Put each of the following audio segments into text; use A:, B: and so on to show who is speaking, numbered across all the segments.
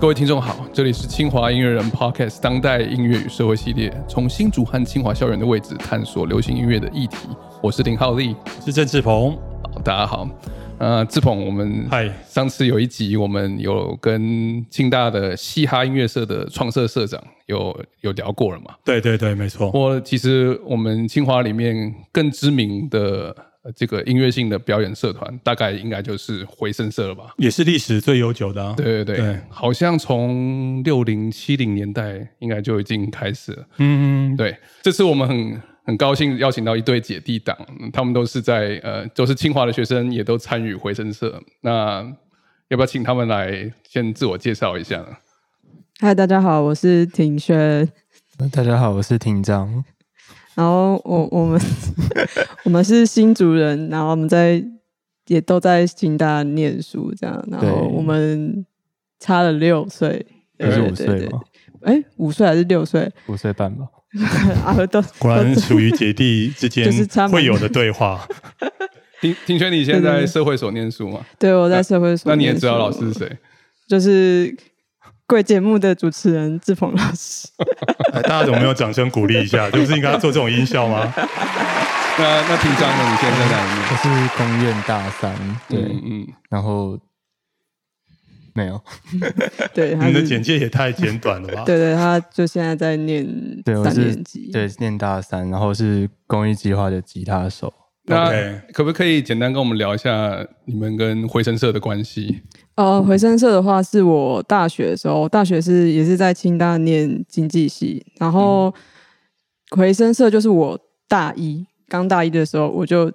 A: 各位听众好，这里是清华音乐人 Podcast 当代音乐与社会系列，从新竹和清华校园的位置探索流行音乐的议题。我是林浩利，
B: 是郑志鹏。
A: 好大家好。呃，志鹏，我们
B: 嗨
A: 上次有一集，我们有跟清大的嘻哈音乐社的创社社长有有聊过了嘛？
B: 对对对，没错。
A: 我其实我们清华里面更知名的呃这个音乐性的表演社团，大概应该就是回声社了吧？
B: 也是历史最悠久的、啊。
A: 对对对，
B: 对
A: 好像从六零七零年代应该就已经开始了。
B: 嗯，嗯，
A: 对，这次我们很很高兴邀请到一对姐弟党，嗯他们都是在呃，都是清华的学生，也都参与回声社。那要不要请他们来先自我介绍一下呢？
C: 嗨，大家好，我是庭轩。
D: 大家好，我是庭章。
C: 然后我我们 我们是新竹人，然后我们在也都在清大念书，这样。然
D: 对
C: 后我们差了六岁，
D: 二十
C: 对
D: 五岁，
C: 对对
D: 吧，
C: 哎，五岁还是六岁？
D: 五岁半吧。
C: 啊， 都
B: 果然属于姐弟之间
C: 就是差蛮
B: 会有的对 话。
A: 庭庭轩，你现在
C: 对对
A: 在
C: 对
A: 社会所念书嘛？
C: 对我在社会嗯所、
A: 那你也知道老师是谁？
C: 就是贵节目的主持人志鹏老师。
B: 哎大家怎么没有掌声鼓励一下？就是应该做这种音效吗？
A: 那那庭章呢？你现在在哪里
D: 我是公院大三，对，
A: 念？嗯嗯，
D: 然后没有，
C: 对，他
B: 你的
C: 是
B: 简介也太简短了吧？
C: 对对，他就现在在念
D: 对，我
C: 三
D: 是
C: 年级。
D: 对念大三，然后是公益计划的吉他手。
A: 那
B: OK
A: 可不可以简单跟我们聊一下你们跟回声社的关系？
C: 呃，回声社的话，是我大学的时候，大学是也是在清大念经济系，然后回声社就是我大一刚大一的时候，我就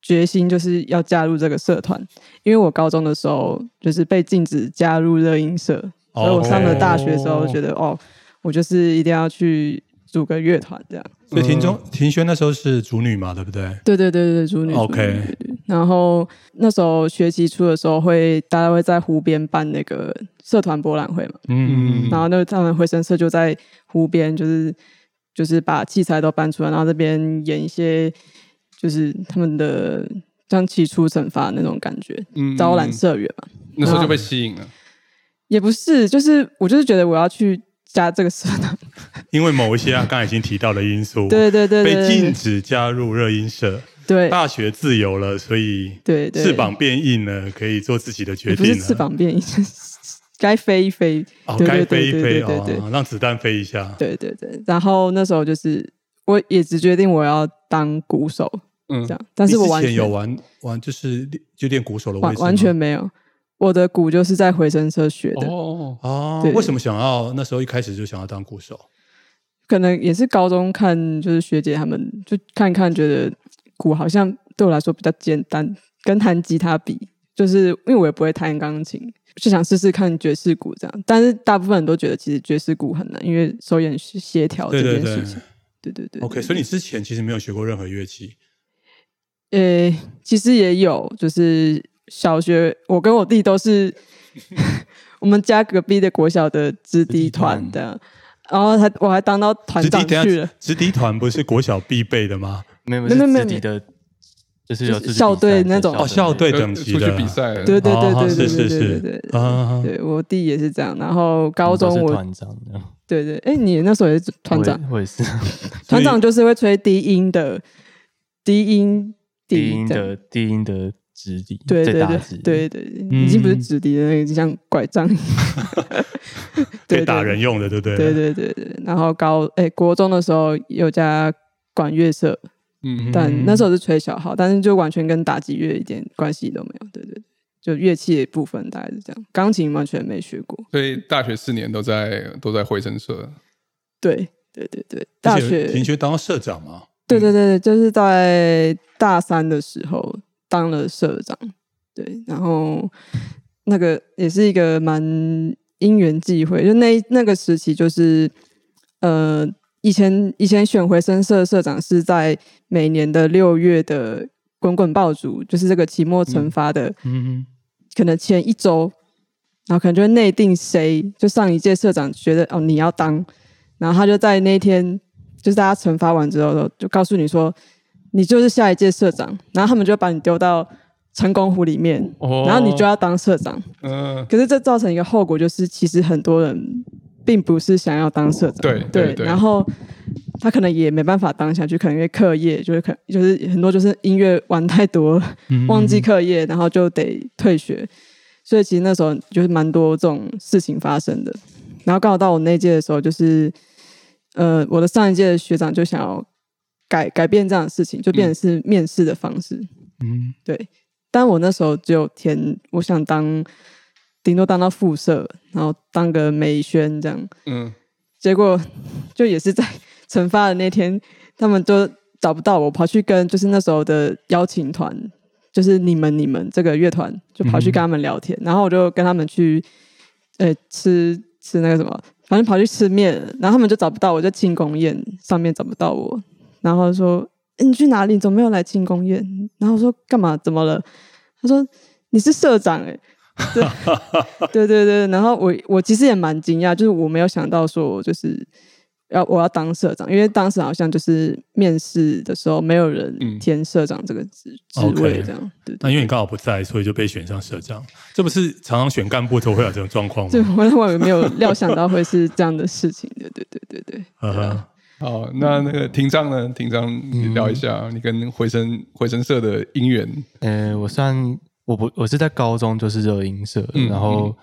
C: 决心就是要加入这个社团，因为我高中的时候就是被禁止加入热音社，所以我上了大学之后
B: 哦
C: 觉得哦，我就是一定要去组个乐团这样。
B: 所以庭
C: 嗯
B: 中庭轩那时候是主女嘛，对不对？
C: 对对对对，主女
B: OK
C: 主女对对然后那时候学期初的时候会，大家会在湖边办那个社团博览会嘛，
B: 嗯，
C: 然后那他们回声社就在湖边，就是就是把器材都搬出来，然后这边演一些就是他们的像起初惩罚那种感觉，
A: 嗯，
C: 招揽社员嘛，
A: 那时候就被吸引了。
C: 也不是，就是我就是觉得我要去加这个社团，
B: 因为某一些啊，刚才已经提到的因素，
C: 对对对对
B: 被禁
C: 对
B: 止加入热音社，
C: 对
B: 大学自由了，所以
C: 对对，
B: 翅膀变硬了，可以做自己的决
C: 也不
B: 定
C: 是
B: 了。
C: 翅膀变 异，该飞一飞，
B: 哦，
C: 对
B: 该
C: 对
B: 飞
C: 对
B: 一
C: 对
B: 飞
C: 对对对
B: 哦，让子弹飞一下。
C: 对对对，然后那时候就是我也只决定我要当鼓手
A: 嗯
C: 这，样，但是我
B: 你
C: 完
B: 之前
C: 全
B: 有玩玩就是就练鼓手的位
C: 完
B: 置吗
C: 完全没有，我的鼓就是在回声社学的，
A: 哦，
B: 哦
C: 对。
B: 为什么想要那时候一开始就想要当鼓手？
C: 可能也是高中看就是学姐他们就看看，觉得鼓好像对我来说比较简单，跟弹吉他比，就是因为我也不会弹钢琴。就想试试看爵士鼓这样，但是大部分人都觉得其实爵士鼓很难，因为手眼协调
B: 对
C: 这
B: 对
C: 件
B: 对
C: 事情。对对对
B: OK，所以你之前其实没有学过任何乐器，
C: 呃、其实也有，就是小学我跟我弟都 是我们家隔壁的国小的直笛团的，然后他我还当到团
B: 直笛
C: 长
B: 等
C: 去
B: 一下
C: 了，
B: 直笛团不是国小必备的吗？
D: 没有，
C: 没有
D: 是
C: 没有
D: 自己的，就是有
C: 就是
D: 自己
C: 校队
D: 比赛
C: 那种
D: 对
B: 哦，校队等级
A: 呃出
B: 的
A: 去比赛了。
C: 对对对
B: 哦
C: 对对
B: 是
C: 对
B: 是
C: 对
B: 是
C: 对对对。
B: 啊，
C: 对我弟也是这样，然后哦高
D: 我都
C: 中
D: 是
C: 我
D: 团长的，
C: 对对，哎，你那时候也是团长
D: 我，也我也是
C: 团长就是会吹低音的，低音
D: 低音
C: 这样
D: 的低音的直笛，
C: 对
D: 最
C: 对
D: 大嗯
C: 对
D: 直
C: 对对，已经不是直笛的那个，就像拐 杖，
B: 可
C: 对
B: 以
C: 对
B: 打人用的，对不对？
C: 对对对对，然后高诶、国中的时候有加管乐社，
A: 嗯，
C: 但那时候是吹小号，但是就完全跟打击乐一点关系都没有。对对对，就乐器的部分大概是这样，钢琴完全没学过。
A: 所以大学四年都在都在回声社。
C: 对对对对，大
B: 而且嗯
C: 学
B: 庭学当社长嘛，
C: 对对对对，就是在大三的时候当了社长，对，然后那个也是一个蛮因缘际会，就那一那个时期就是呃，以前以前选回声社的社长是在每年的六月的滚滚爆竹，就是这个期末惩罚的，
B: 嗯，
C: 可能前一周，然后可能就会内定谁，就上一届社长觉得哦你要当，然后他就在那一天，就是大家惩罚完之后，就告诉你说你就是下一届社长，然后他们就把你丢到成功湖里面，
A: 哦
C: 然后你就要当社长。
A: 嗯，
C: 可是这造成一个后果，就是其实很多人并不是想要当社长，
A: 对
C: 对
A: 对对
C: 然后他可能也没办法当下去，可能因为课业，就是可就是很多就是音乐玩太多了，
A: 嗯
C: 忘记课业，然后就得退学，所以其实那时候就是蛮多这种事情发生的。然后刚好到我那一届的时候，就是呃，我的上一届的学长就想要改改变这样的事情，就变
A: 嗯
C: 成是面试的方式。
D: 嗯，
C: 对，但我那时候只有填，我想当顶多当到副社，然后当个美宣这样。
A: 嗯，
C: 结果就也是在 惩罚的那天，他们都找不到我，跑去跟就是那时候的邀请团，就是你们你们这个乐团，就跑去跟他们聊天，然后我就跟他们去，呃，吃吃那个什么，反正跑去吃面，然后他们就找不到我，就庆功宴上面找不到我，然后说诶你去哪里？你怎么没有来庆功宴？然后我说干嘛？怎么了？他说你是社长哎、欸对 对对对，然后我我其实也蛮惊讶，就是我没有想到说就是要我要当社长，因为当时好像就是面试的时候没有人
A: 嗯
C: 填社长这个职职
B: OK
C: 位这样，对对
B: 那因为你刚好不在，所以就被选上社长。这不是常常选干部都会有这种状况
C: 对
B: 吗？
C: 我我也没有料想到会是这样的事情，对对对对对，
B: 呵呵
A: 好，那那个庭章呢？庭章，你聊一下、
D: 嗯
A: 你跟回声回声社的姻缘。
D: 呃，我算我不我是在高中就是热音社，
A: 嗯
D: 然后、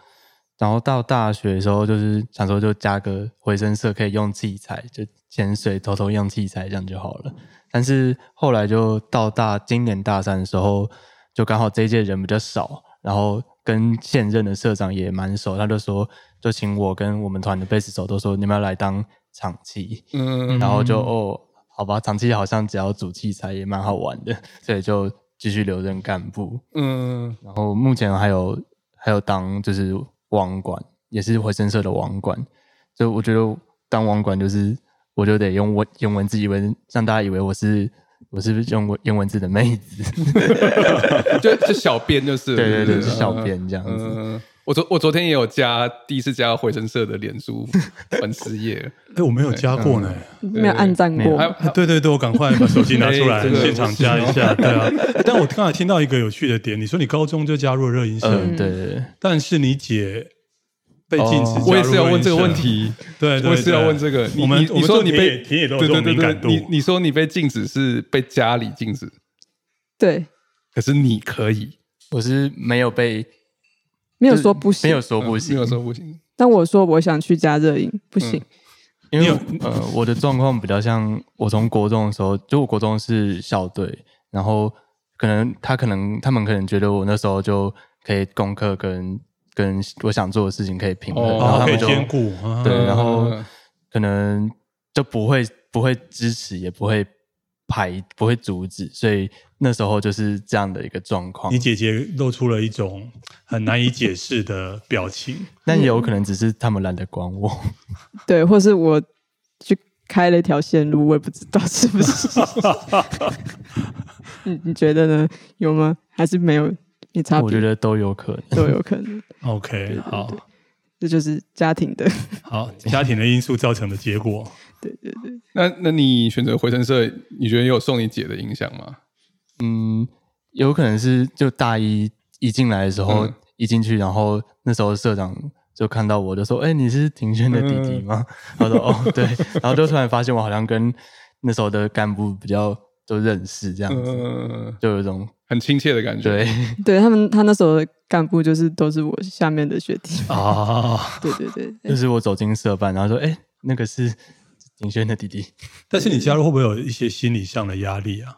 D: 然后到大学的时候就是想说就加个回声社可以用器材，就潜水偷偷用器材这样就好了。但是后来就到大今年大三的时候，就刚好这一届人比较少，然后跟现任的社长也蛮熟，他就说就请我跟我们团的贝斯手都说你们要来当场器，
A: 嗯，
D: 然后就哦，好吧，长期好像只要组器材也蛮好玩的，所以就继续留任干部。
A: 嗯
D: 然后目前还有还有当就是网管，也是回声社的网管。就我觉得当网管就是我就得用文用文字以为让大家以为我是我是用文用文字的妹子，
A: 就就小编就是了，
D: 对对对
A: 不
D: 就小编这样子
A: 嗯我昨我昨天也有加，第一次加回声社的脸书粉丝页，
B: 哎，我没有加过呢。
C: 没有暗赞
D: 没有
C: 过
A: 还，有
B: 啊对对对，我赶快把手机拿出
A: 哎
B: 来
A: 这个
B: 现场加一
A: 哦
B: 下。对啊，但我刚才听到一个有趣的点，你说你高中就加入热音社，
D: 嗯，对对对，
B: 但是你姐被禁止、
D: 哦
A: 我也是要问这个问，题，
B: 对对对
A: 我也是要问这个。你
B: 我们
A: 你
B: 我
A: 你
B: 们
A: 说
B: 做
A: 你
B: 田野
A: 被
B: 田野都有
A: 对
B: 这
A: 对
B: 种
A: 对
B: 敏
A: 对
B: 感度
A: 对，你你说你被禁止是被家里禁止，
C: 对，
A: 可是你可以，
D: 我是没有被
C: 没
D: 没
C: 有说不行，
D: 没有说
A: 嗯
D: 不
A: 啊没
D: 行
A: 有，说不行。
C: 但我说我想去加热饮，不行，
D: 因为
B: 你有
D: 呃，我的状况比较像我从国中的时候，就我国中是校队，然后可能他可能他们可能觉得我那时候就可以功课跟跟我想做的事情可以平衡，
A: 哦
D: 然后
B: 哦，
D: 他
B: 可以
D: 们就
B: 兼顾，啊
D: 对，然后
A: 嗯
D: 可能就不会不会支持，也不会排，不会阻止，所以那时候就是这样的一个状况
B: 你。姐姐露出了一种很难以解释的表情。
D: 但也
A: 嗯
D: 有可能只是他们懒得管我，嗯
C: 对，或是我去开了一条线路，我也不知道是不 是。你你觉得呢？有吗？还是没有？没差别，
D: 我觉得都有可能。
C: 都有可能。
B: OK，好
C: 这就是家庭的，
B: 好，家庭的因素造成的结果。
C: 对对对，
A: 那那你选择回声社，你觉得有受你姐的影响吗？
D: 嗯，有可能是就大一一进来的时候，
A: 嗯
D: 一进去，然后那时候社长就看到我，就说：“哎、你是庭轩的弟
B: 嗯
D: 弟吗？” 然后说：“哦，对。”然后就突然发现我好像跟那时候的干部比较都认识，这样子、
A: 嗯，
D: 就有一种
A: 很亲切的感觉。
D: 呃对
C: 对他们，他那时候的干部就是都是我下面的学弟，
A: 哦
B: 啊！
C: 对对对，对
D: 就是我走进社办，然后说：“哎、那个是庭轩的弟弟。
B: 但是你加入会不会有一些心理上的压力啊？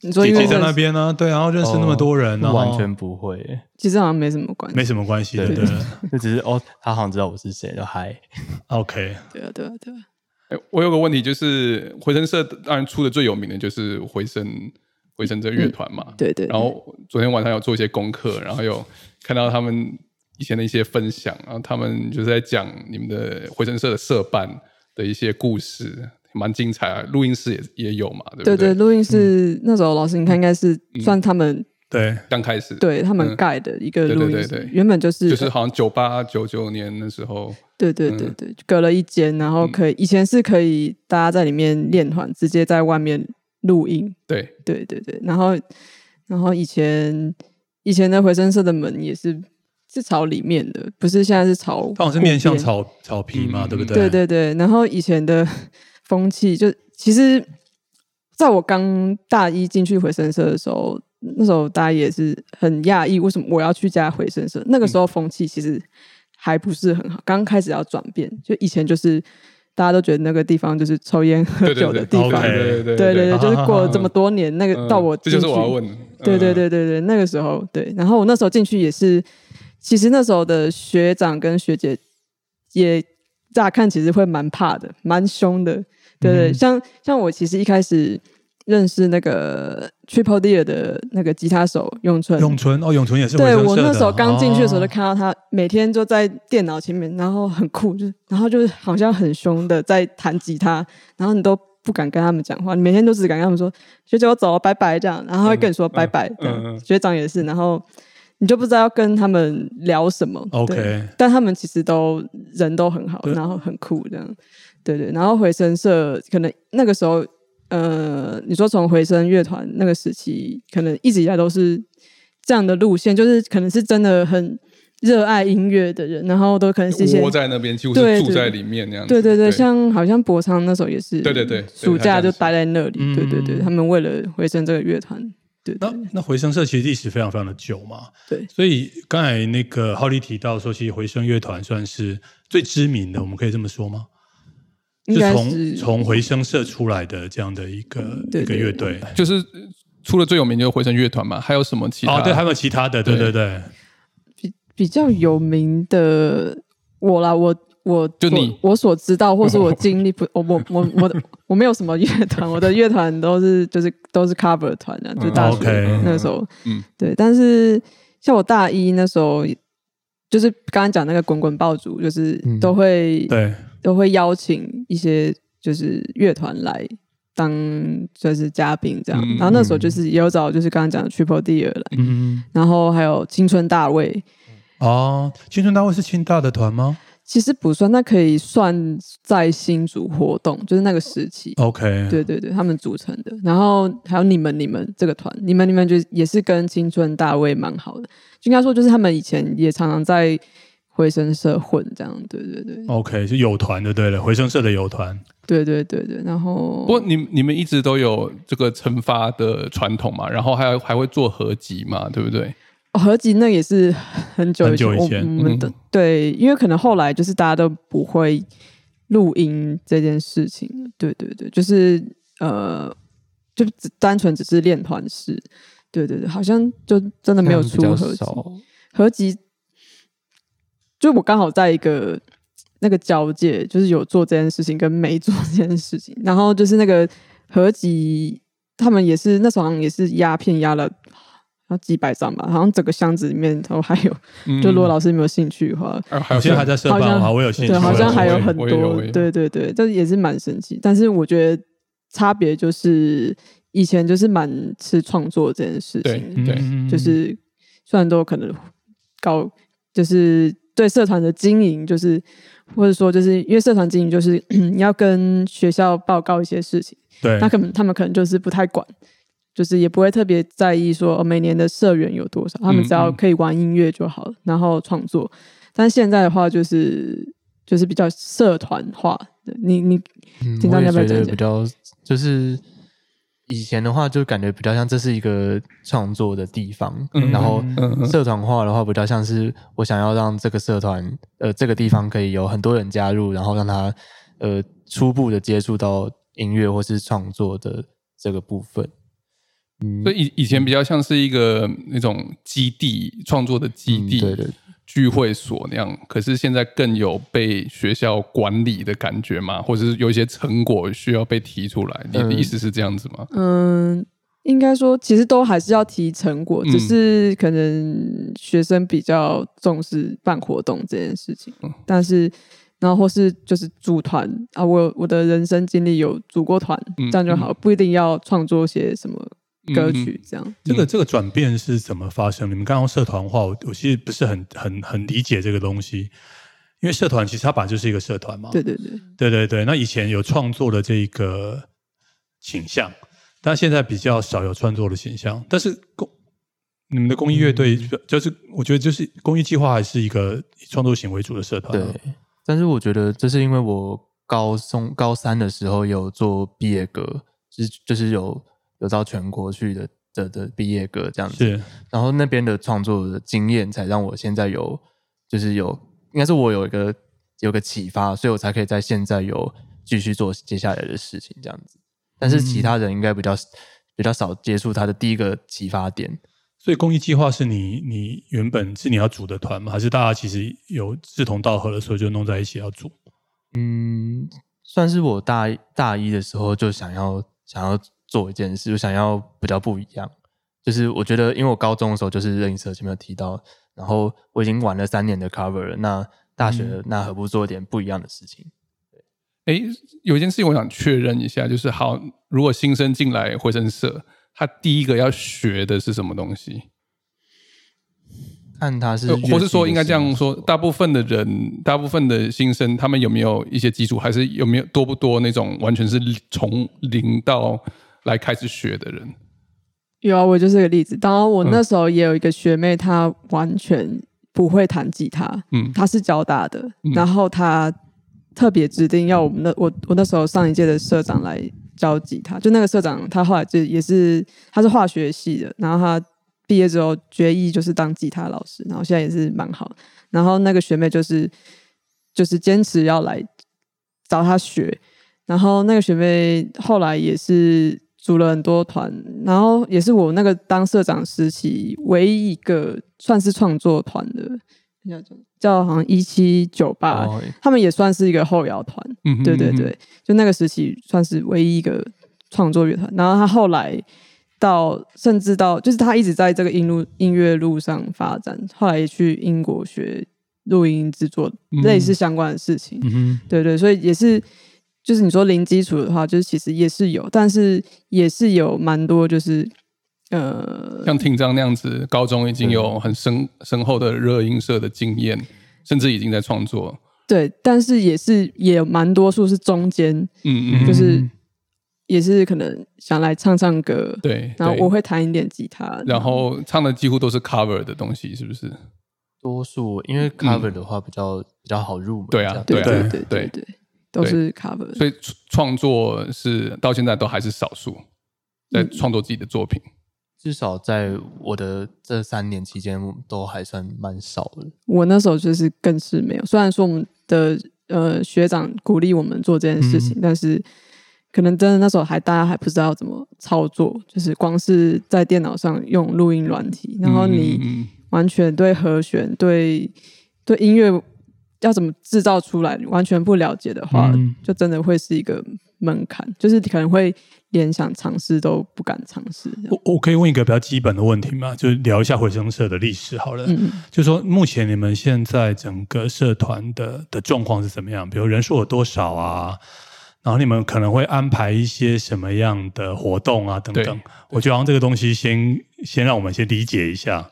C: 你说
B: 姐
C: 因为
B: 姐在
C: 认
B: 那
C: 识
B: 边呢、对啊，然后”认识那么多人，
D: 哦
B: 然后
D: 完全不会，
C: 其实好像没什么关
B: 没
C: 系，
B: 什么关系的。
D: 对
B: 对
D: 就只是哦，他好像知道我是谁，就嗨，
B: ，OK，
C: 对啊对啊对啊，
A: 哎我有个问题，就是回声社当然出的最有名的就是回声回声这个乐团嘛。
C: 嗯对对，对
A: 然后昨天晚上有做一些功课，然后有看到他们以前的一些分享，然后他们就是在讲你们的回声社的社办的一些故事，蛮精彩啊。录音室也也有嘛，对不
C: 对对，
A: 对？
C: 录音室那时候老师你看应该是算他们
B: 对，
A: 刚开始，，
C: 对他
A: 嗯
C: 们盖的一个
A: 对对
C: 录
A: 对
C: 音
A: 对
C: 室，原本就是
A: 就是好像九八九九年的时候，
C: 对对对对，隔了一间，然后可以、以前是可以大家在里面练团，直接在外面录音。
A: 对，
C: 对对对，然后然后以前以前的回声社的门也是是朝里面的，不是现在是朝
B: 它好像是面向
C: 古边
B: 草草皮嘛，
A: 嗯
B: 对不
C: 对
B: 对？
C: 对对，然后以前的 风气就其实，在我刚大一进去回声社的时候，那时候大家也是很讶异，为什么我要去加回声社？那个时
A: 嗯
C: 候风气其实还不是很好，刚开始要转变，就以前就是大家都觉得那个地方就是抽烟喝
A: 对对
C: 酒
A: 对
C: 的地方，
B: OK
A: 对对啊
C: 对对
B: 好
C: 对，就是
B: 好
C: 过了
B: 好
C: 这么多年，那个
A: 嗯
C: 到我
A: 这就是
C: 进
A: 我
C: 去
A: 要问的。嗯
C: 对对，对对对，那个时候对，然后我那时候进去也是，其实那时候的学长跟学姐也乍看其实会蛮怕的，蛮凶的，对对，
B: 嗯
C: 像像我其实一开始认识那个 Triple Deer 的那个吉他手咏春，
B: 永存哦，永存也是
C: 对
B: 回声
C: 我
B: 社
C: 那时候刚进去的时候就
B: 哦
C: 看到他每天就在电脑前面，然后很酷，就是然后就是好像很凶的在弹吉他，然后你都不敢跟他们讲话，你每天都只敢跟他们说学姐我走了拜拜这样，然
B: 嗯
C: 后他会跟你说拜拜这样，
A: 嗯嗯
C: 学长也是，然后你就不知道要跟他们聊什么。对
B: OK，
C: 但他们其实都人都很好，然后很酷这样，对对。然后回声社可能那个时候，呃，你说从回声乐团那个时期，可能一直以来都是这样的路线，就是可能是真的很热爱音乐的人，然后都可能是一些
A: 窝在那边，几乎
C: 对
A: 是
C: 对
A: 住在里面那样子。
C: 对对对，
A: 对，
C: 像好像博昌那时候也是，
A: 对对对对
C: 暑假
A: 他这
C: 就
A: 样子
C: 待在那里，对对对，
B: 嗯
C: 他们为了回声这个乐团，对对
B: 那那回声社其实历史非常非常的久嘛，
C: 对
B: 所以刚才那个浩利提到说，其实回声乐团算是最知名的，我们可以这么说吗？
C: 应
B: 就
C: 该
B: 从
C: 是嗯
B: 从回声社出来的这样的一个
C: 对
B: 一个
C: 对
B: 乐队
A: 就是呃除了最有名就是回声乐团嘛，还有什么其他？
B: 哦，对，还有没有其他的？对
A: 对
B: 对对，
C: 比较有名的我啦，我我
A: 就你
C: 我我所知道 或是我经历不，我我我我的我没有什么乐团，我的乐团都是就是都是 cover 团啊，就大学
B: OK
C: 那时候，
A: 嗯
C: 对，但是像我大一那时候，就是刚刚讲那个滚滚爆竹，就是
D: 嗯
C: 都会、
B: 对，
C: 都会邀请一些就是乐团来当就是嘉宾这样，
A: 嗯
C: 然后那时候就是也有找就是刚刚讲的 Triple D 来，
B: 嗯，
C: 然后还有青春大卫，
B: 哦，青春大会是清大的团吗
C: 其实不算，那可以算在新组活动，就是那个时期。
B: 哦？OK，
C: 对对对，他们组成的。然后还有你们你们这个团，你们你们就也是跟青春大卫蛮好的，就应该说就是他们以前也常常在回声社混这样。对对对，
B: ，OK 是友团的，对了，回声社的友团。
C: 对对对对。然后
A: 不过你你们一直都有这个惩罚的传统嘛，然后还有还会做合集嘛，对不对？
C: 哦合集那也是很久
B: 很
C: 以前，
B: 久以前
C: 我我
D: 嗯
C: 们的、对，因为可能后来就是大家都不会录音这件事情了，对对对，就是呃，就只单纯只是练团式，对对对，好像就真的没有出
D: 这样比
C: 合
D: 较
C: 集，
D: 少
C: 合集就我刚好在一个那个交界，就是有做这件事情跟没做 这件事情，然后就是那个合集，他们也是那时候好像也是压片压了。要几百张吧，好像整个箱子里面都还 有。
A: 嗯
C: 就如果老师有没有兴趣的话，
A: 啊还有
B: 我嗯现在还
A: 在
B: 在社办
C: 好像
B: 啊，我有兴趣，
C: 对，好像还有
A: 我也
C: 很
A: 我也有
C: 多
A: 我也，有
C: 对对对，这也是蛮神奇。但是我觉得差别就是以前就是蛮吃创作这件事
A: 对
C: 情，
A: 对
B: 嗯
C: 就是虽然都可能搞，就是对社团的经营，就是或者说就是因为社团经营就是 你要跟学校报告一些事情，
B: 对
C: 那可能他们可能就是不太管，就是也不会特别在意说、哦、每年的社员有多少，他们只要
A: 嗯
C: 可以玩音乐就好，然后创作。但现在的话，就是就是比较社团化。对你你
D: 嗯，
C: 紧张
D: 我
C: 要
D: 也
C: 不要
D: 觉
C: 讲
D: 得
C: 讲
D: 比较就是以前的话，就感觉比较像这是一个创作的地方，然后
A: 嗯嗯
D: 社团化的话，比较像是我想要让这个社团呃这个地方可以有很多人加入，然后让他呃初步的接触到音乐或是创作的这个部分。嗯
A: 所，以以以前比较像是一个那种基地创作的基地，
D: 嗯对对对
A: 聚会所那样。可是现在更有被学校管理的感觉嘛，或者是有一些成果需要被提出来。你的
D: 嗯
A: 意思是这样子吗？
C: 嗯，应该说其实都还是要提成果，
A: 嗯
C: 只是可能学生比较重视办活动这件事情，
A: 哦
C: 但是。然后或是就是组团啊，我有我的人生经历有组过团，
A: 嗯
C: 这样就好，不一定要创作些什么歌曲这样。
B: 这个这个转变是怎么发生的？你们刚刚社团化，我我其实不是很很很理解这个东西，因为社团其实它本来就是一个社团嘛。
C: 对对对，
B: 对对对那以前有创作的这一个倾向，但现在比较少有创作的倾向。但是公你们的公益乐队
C: 嗯
B: 就是，我觉得就是公益计划还是一个以创作型为主的社团啊、
C: 嗯
D: 对，但是我觉得这是因为我高中高三的时候有做毕业歌，就是就是有有到全国去的的的毕业歌这样子，
B: 是
D: 然后那边的创作的经验才让我现在有就是有应该是我有一个有个启发，所以我才可以在现在有继续做接下来的事情这样子。但是其他人应该比较、比较少接触他的第一个启发点，
B: 所以公益计划是你你原本是你要组的团吗？还是大家其实有志同道合的时候就弄在一起要组？
D: 嗯，算是我大一大一的时候就想要想要做一件事，就想要比较不一样。就是我觉得，因为我高中的时候就是热音社前面有提到，然后我已经玩了三年的 cover 了，那大学、那何不做一点不一样的事情？
A: 哎，有一件事情我想确认一下，就是好，如果新生进来回声社，他第一个要学的是什么东西？
D: 看他是
A: 呃
D: 乐器的
A: 或是说应该这样
D: 形
A: 说，
D: 式
A: 大部分的人，大部分的新生，他们有没有一些基础，还是有没有多不多那种完全是从零到来开始学的人？
C: 有啊，我就是个例子。当然，我那时候也有一个学妹，她完全不会弹吉他，
A: 嗯
C: 她是交大的，然后她特别指定要我们那我我那时候上一届的社长来教吉他，就那个社长他后来就也是他是化学系的，然后他毕业之后决意就是当吉他老师，然后现在也是蛮好的。然后那个学妹就是就是坚持要来找他学，然后那个学妹后来也是组了很多团，然后也是我那个当社长时期唯一一个算是创作团的，叫叫好像一七九八，
D: 哦
C: 他们也算是一个后摇团，
A: 嗯哼
C: 对对
A: 嗯哼
C: 对，就那个时期算是唯一一个创作乐团。然后他后来到，甚至到，就是他一直在这个音路音乐路上发展，后来也去英国学录音制作，
A: 嗯
C: 类似相关的事情。
B: 嗯
C: 对对，所以也是，就是你说零基础的话，就是其实也是有，但是也是有蛮多就是呃，
A: 像听章那样子，高中已经有很深深厚的热音社的经验，甚至已经在创作。
C: 对，但是也是也有蛮多数是中间，
A: 嗯嗯，
C: 就是也是可能想来唱唱歌，
A: 对。
C: 然后
A: 对
C: 我，会弹一点吉他，
A: 然后唱的几乎都是 cover 的东西，是不是？
D: 多数因为 cover 的话比较、比较好入门
A: 嗯
D: 这
A: 对啊
D: 样子，
C: 对
A: 对啊
C: 对
A: 对
C: 对对，都
A: 对
C: 是 cover，
A: 所以创创作是到现在都还是少数，在
C: 嗯
A: 创作自己的作品。
D: 至少在我的这三年期间都还算蛮少的。
C: 我那时候就是更是没有。虽然说我们的呃学长鼓励我们做这件事
A: 嗯
C: 情，但是可能真的那时候还大家还不知道怎么操作，就是光是在电脑上用录音软体，然后
A: 嗯
C: 你
A: 嗯嗯
C: 完全对和弦、对对音乐要怎么制造出来完全不了解的话，
B: 嗯
C: 就真的会是一个门槛，就是你可能会连想尝试都不敢尝试。这样
B: 我我可以问一个比较基本的问题吗？就是聊一下回声社的历史好了。
C: 嗯，
B: 就说目前你们现在整个社团的的状况是怎么样？比如人数有多少啊？然后你们可能会安排一些什么样的活动啊？等等
A: 对，
B: 我觉得好像这个东西先先让我们先理解一下。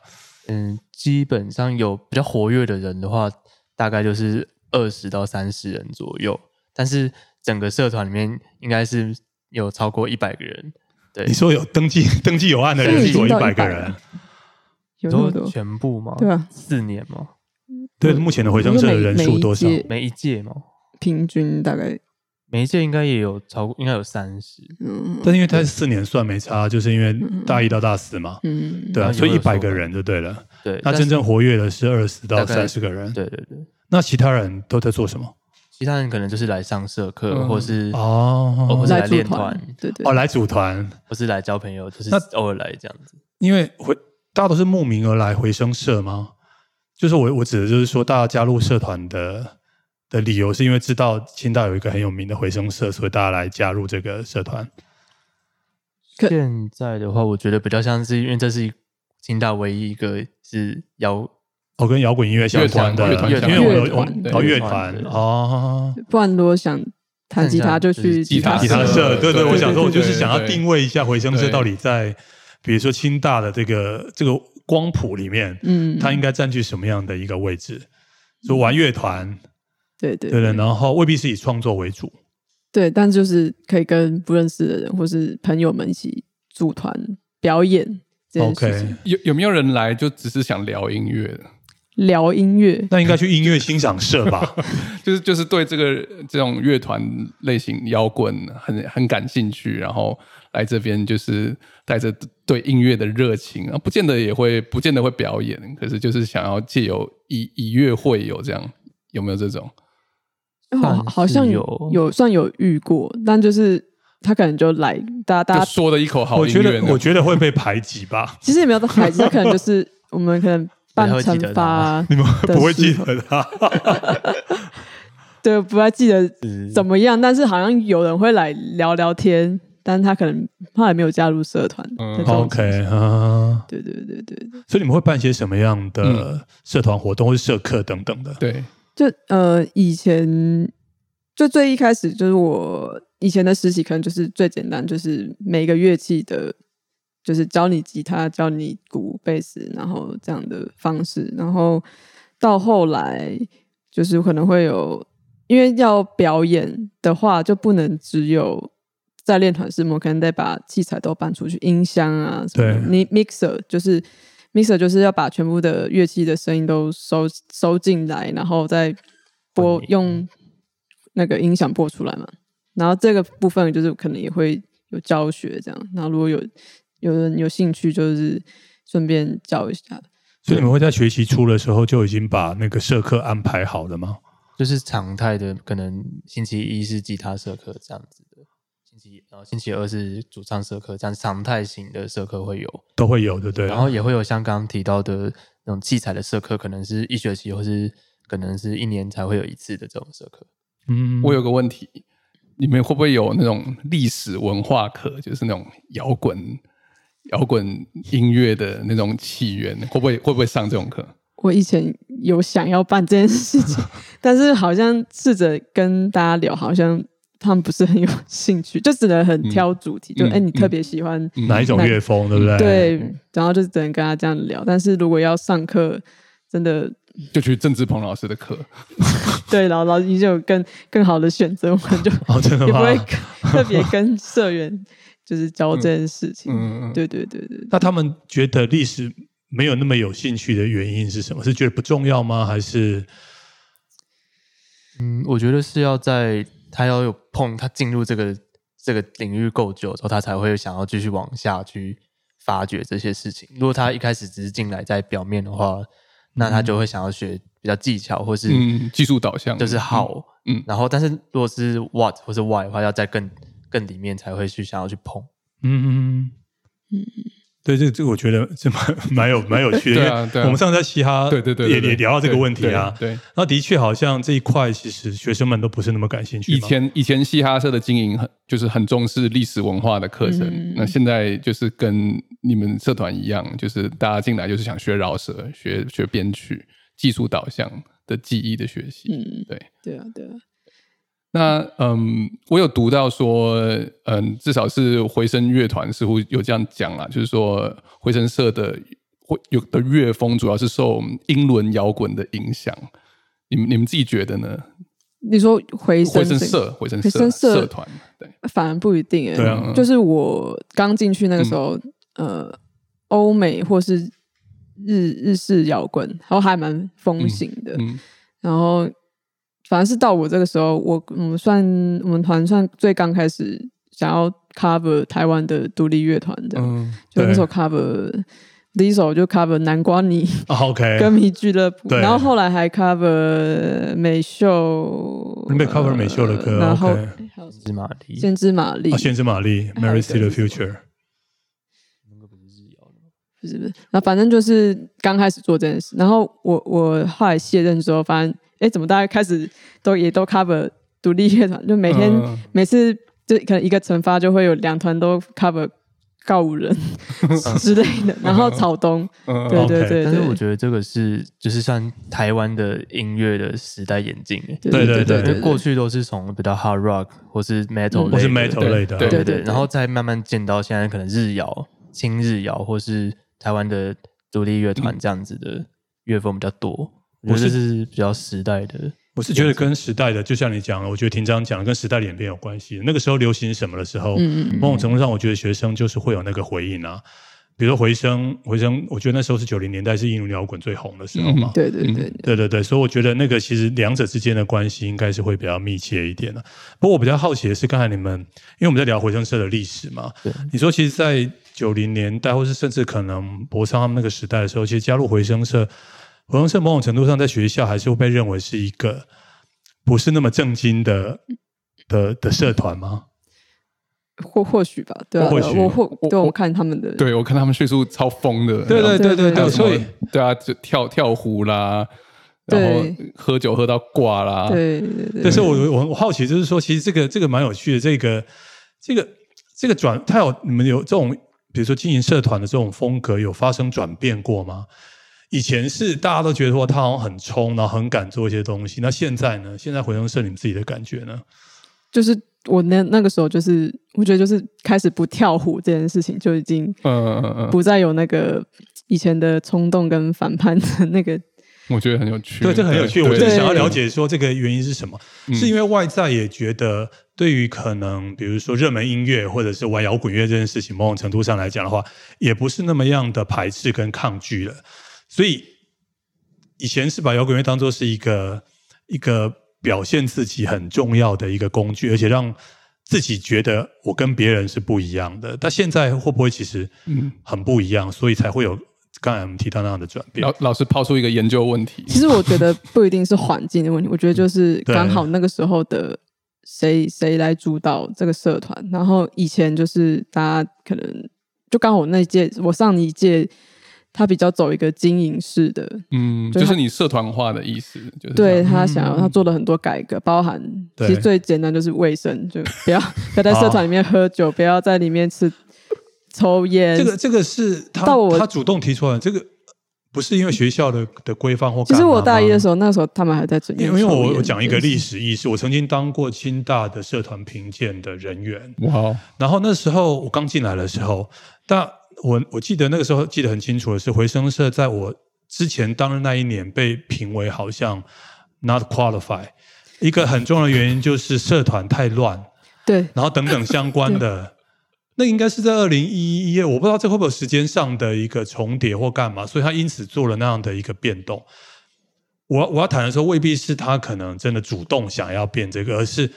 D: 嗯，基本上有比较活跃的人的话，大概就是二十到三十人左右。但是整个社团里面应该是有超过一百个人。对，
B: 你说有登记 登记有案的
C: 现
B: 人
C: 在
B: 是
C: 已经
B: 有一
C: 到
B: 百个
C: 100
B: 人
C: 了，有那么
D: 说
C: 多。
D: 全部吗？
C: 对啊
D: 四年吗？
B: 对，目前的回声社的人数多少
C: 我？说每每一届
D: 每一届吗？
C: 平均大概，
D: 每一届应该也有超过，应该有三十。
C: 嗯
B: 但是因为他四年算没差，就是因为大一到大四嘛，
C: 嗯，
B: 对啊，
D: 嗯
B: 所以一
D: 有的时候
B: 百个人就对了。
D: 对，
B: 那
D: 但
B: 真
D: 是
B: 正活跃的是二十到
D: 大概
B: 三十个人，
D: 对对对，
B: 那其他人都在做什么？
D: 其他人可能就是来上社课，
A: 嗯
D: 或是
B: 哦
D: 哦不是
C: 来
D: 来
C: 组
D: 练
C: 团
D: 团，
C: 对对
B: 哦，，来组团，
D: 或是来交朋友，就是
B: 那
D: 偶尔来这样子。
B: 因为回大家都是慕名而来回声社吗？就是我我指的就是说，大家加入社团的的理由是因为知道清大有一个很有名的回声社，所以大家来加入这个社团。
C: 可
D: 现在的话，我觉得比较像是因为这是清大唯一一个是摇
B: 哦，跟摇滚音乐相关的，
A: 乐团
B: 因
A: 乐团
B: 为我有我
C: 乐团
B: 哦乐
D: 乐
B: 团
D: 团
B: 哦，
C: 不然如果想弹吉他就去
D: 吉他
A: 吉
B: 吉他社，对
A: 啊对
B: 对，
A: 对
B: 我想说，我就是
A: 对对
B: 想要
A: 对
B: 定位一下回声社
A: 对
B: 到底在，比如说清大的这个这个光谱里面，
C: 嗯，
B: 它应该占据什么样的一个位置？就玩乐团，
C: 对对
B: 对对，然后未必是以创作为主，
C: 对，但就是可以跟不认识的人或是朋友们一起组团表演，这件事情
B: OK
A: 有有没有人来就只是想聊音乐的？
C: 聊音乐，
B: 那应该去音乐欣赏社吧？
A: 就是就是对这个这种乐团类型摇滚很很感兴趣，然后来这边就是带着对音乐的热情啊，不见得也会不见得会表演，可是就是想要借由以以乐会友这样，有没有这种？
C: 哦好好
D: 算
C: 像
D: 是有
C: 有有算有遇过，但就是他可能就来，大家大
A: 就
C: 家
A: 说的一口 好
B: 我
A: 音
B: 觉
A: 乐
B: 得
A: 呢，
B: 我觉得会被排挤吧？
C: 其实也没有到 孩子，他可能就是我们可能办
D: 不太会
C: 惩
D: 记得他
C: 罚，啊
B: 你们
C: 的
B: 不会记
C: 时候
B: 得他？
C: 对，不太记得怎么样，但是好像有人会来聊聊天，但他可能他也没有加入社团。
A: 嗯
C: 这种
B: 哦 OK 啊，
C: 对对对对对，
B: 所以你们会办些什么样
A: 嗯
B: 的社团活动或是社课等等的？
A: 对，
C: 就呃，以前就最一开始就是我以前的实习，可能就是最简单，就是每个乐器的，就是教你吉他，教你鼓、贝斯，然后这样的方式。然后到后来，就是可能会有，因为要表演的话，就不能只有。在练团式，我们可能得把器材都搬出去，音箱啊，什么的
B: 对
C: 你 mixer 就是 mixer 就是要把全部的乐器的声音都收收进来，然后再播
A: 嗯
D: 混音
C: 用那个音响播出来嘛。然后这个部分就是可能也会有教学这样，然后如果有有人有兴趣，就是顺便教一下。
B: 所以你们会在学期初的时候就已经把那个社课安排好了吗？
D: 就是常态的，可能星期一是吉他社课这样子的，星期然后星期二是主唱社课，这样常态型的社课会有，
B: 都会有，对不对？啊
D: 然后也会有像刚刚提到的那种器材的社课，可能是一学期或是可能是一年才会有一次的这种社课。
B: 嗯，
A: 我有个问题，你们会不会有那种历史文化课，就是那种摇滚摇滚音乐的那种起源，会不会会不会上这种课？
C: 我以前有想要办这件 事情，但是好像试着跟大家聊，好像他们不是很有兴趣，就只能很挑主题，就哎、
A: 嗯
C: 你特别喜欢、
B: 嗯哪一种乐风，对不对？，
C: 对，然后就只能跟他这样聊。但是如果要上课，真的
A: 就去郑志鹏老师的课，
C: 对，然后老师已经有更更好的选择，我们就
B: 哦，真的
C: 也不
B: 吗？
C: 会特别跟社员就是教这件事情。
A: 嗯嗯嗯
C: 对对对对，
B: 那他们觉得历史没有那么有兴趣的原因是什么？是觉得不重要吗？还是
D: 嗯，我觉得是要在他要有碰他进入这个这个领域够久之后，他才会想要继续往下去发掘这些事情。如果他一开始只是进来在表面的话，那他
B: 嗯
D: 就会想要学比较技巧或是
A: 嗯，技术导向
D: 就是
A: 好。
D: how，
A: 嗯嗯
D: 然后但是如果是 what 或是 why 的话，要在更更里面才会去想要去碰。
B: 嗯嗯
C: 嗯
B: 对，这这我觉得这蛮 蛮有蛮有趣的，
A: 对啊
B: 因
A: 对
B: 为
A: 啊
B: 我们上次在嘻哈
A: 对对对对
B: 也
A: 对
B: 也聊到这个问题啊。
A: 对，对
B: 那的确好像这一块其实学生们都不是那么感兴趣嘛。
A: 以前以前嘻哈社的经营很就是很重视历史文化的课程，
C: 嗯
A: 那现在就是跟你们社团一样，就是大家进来就是想学饶舌、学学编曲、技术导向的技艺的学习。
C: 嗯，
A: 对，
C: 对啊，对啊，
A: 那嗯，我有读到说，嗯，至少是回声乐团似乎有这样讲啦，就是说回声社的会有的乐风主要是受英伦摇滚的影响。你们你们自己觉得呢？
C: 你说回
A: 回
C: 声
A: 声
C: 这个
A: 社、回声
C: 回
A: 社
C: 声社
A: 社团，对，
C: 反而不一定哎、
B: 对啊嗯
C: 就是我刚进去那个时候，呃，欧美或是日日式摇滚，然后还蛮风行的，
A: 嗯
C: 然后反正是到我这个时候，我嗯我们算我们团算最刚开始想要 cover 台湾的独立乐团这样，
A: 嗯
C: 就那
B: 对
C: 时候 cover 第一首就 cover 南瓜泥
B: 啊 OK，
C: 歌迷俱乐部，
B: 对
C: 然后后来还 cover 美秀，呃
B: 你被 cover 美秀的歌
C: 然后哎
B: OK
C: 还有
D: 芝麻梨，
C: 先知玛丽
B: 啊，，先知玛丽
C: 还
B: ，Mary
C: 有一个
B: See the
C: 是什么
B: Future，
C: 不是不是，那反正就是刚开始做这件事，然后我我后来卸任之后，发现哎，怎么大家开始都也都 cover 独立乐团，就每天、
A: 嗯
C: 每次就可能一个惩罚就会有两团都 cover 告五人之类的，然后草东，
A: 嗯
C: 对对
B: OK，
C: 对
D: 但是我
C: 对
D: 觉得这个是就是算台湾的音乐的时代演进欸，
C: 对
B: 对对
D: 因为过去都是从比较 hard rock 或是 metal
C: 嗯
D: 类的
B: 或是 metal 类的，
A: 对
D: 对
C: 对
D: 对，
C: 对
D: 然后再慢慢见到现在可能日谣、轻日谣或是台湾的独立乐团这样子的乐风比较多，嗯我觉得这是比较时代的。
B: 我是觉得跟时代的，就像你讲的，我觉得庭长讲的跟时代的演变有关系。那个时候流行什么的时候，
C: 嗯嗯
B: 某种程度上，我觉得学生就是会有那个回应啊。比如说回声，回声，我觉得那时候是九零年代是印度摇滚最红的时候嘛。
C: 对对对，
B: 对对对，所以我觉得那个其实两者之间的关系应该是会比较密切一点的、不过我比较好奇的是，刚才你们因为我们在聊回声社的历史嘛
D: 对，
B: 你说其实，在九零年代，或是甚至可能博商他们那个时代的时候，其实加入回声社，回声社某种程度上在学校还是会被认为是一个不是那么正经的的的社团吗？
C: 或或许吧，对啊，
B: 或
C: 对
B: 许
C: 啊我或
A: 我
C: 对
A: 我
C: 我看他们的，
A: 对我看他们叙述超疯的，
B: 对对对对
C: 对
B: 对，
C: 对
B: 所以
A: 对啊，就跳跳湖啦，然后
C: 对
A: 喝酒喝到挂啦，
C: 对对对
B: 但是我我我好奇，就是说，其实这个这个蛮有趣的，这个这个这个转，它有你们有这种，比如说经营社团的这种风格有发生转变过吗？以前是大家都觉得说他好像很冲，然后很敢做一些东西。那现在呢？现在回声社你们自己的感觉呢？
C: 就是我那那个时候就是我觉得就是开始不跳虎这件事情就已经
A: 嗯嗯嗯，
C: 不再有那个以前的冲动跟反叛的那个，
A: 我觉得很有趣，
B: 对，这个很有趣。我
A: 对嗯
B: 就是想要了解说这个原因是什么，是因为外在也觉得对于可能比如说热门音乐或者是玩摇滚乐这件事情，某种程度上来讲的话，也不是那么样的排斥跟抗拒了。所以以前是把摇滚乐当做是一个一个表现自己很重要的一个工具，而且让自己觉得我跟别人是不一样的。但现在会不会其实
A: 嗯
B: 很不一样，所以才会有刚才我们提到那样的转变？
A: 老老师抛出一个研究问题，
C: 其实我觉得不一定是环境的问题，我觉得就是
B: 嗯对
C: 刚好那个时候的谁谁来主导这个社团，然后以前就是大家可能就刚好我那一届我上一届。他比较走一个经营式的，
A: 嗯，
C: 就
A: 就是是你社团化的意思，就是
C: 对
A: 这样
C: 他想要，他做了很多改革，包含
B: 嗯对
C: 其实最简单就是卫生，就不要不要在社团里面喝酒，不要在里面吃抽烟。
B: 这个这个是他
C: 呃到我
B: 他主动提出来的，这个不是因为学校的的规范或
C: 其实我
B: 干嘛
C: 大一的
B: 吗
C: 时候，那时候他们还在准备。
B: 因为因为我我讲一个历，史意识，我曾经当过清大的社团评鉴的人员，
A: 哇哦，
B: 然后那时候我刚进来的时候，但我我记得那个时候记得很清楚的是，回声社在我之前当任那一年被评为好像 not qualify，一个很重要的原因就是社团太乱，
C: 对
B: 然后等等相关的。那应该是在二零一一，我不知道这会不会有时间上的一个重叠或干嘛，所以他因此做了那样的一个变动。我我要谈的时候，未必是他可能真的主动想要变这个，而是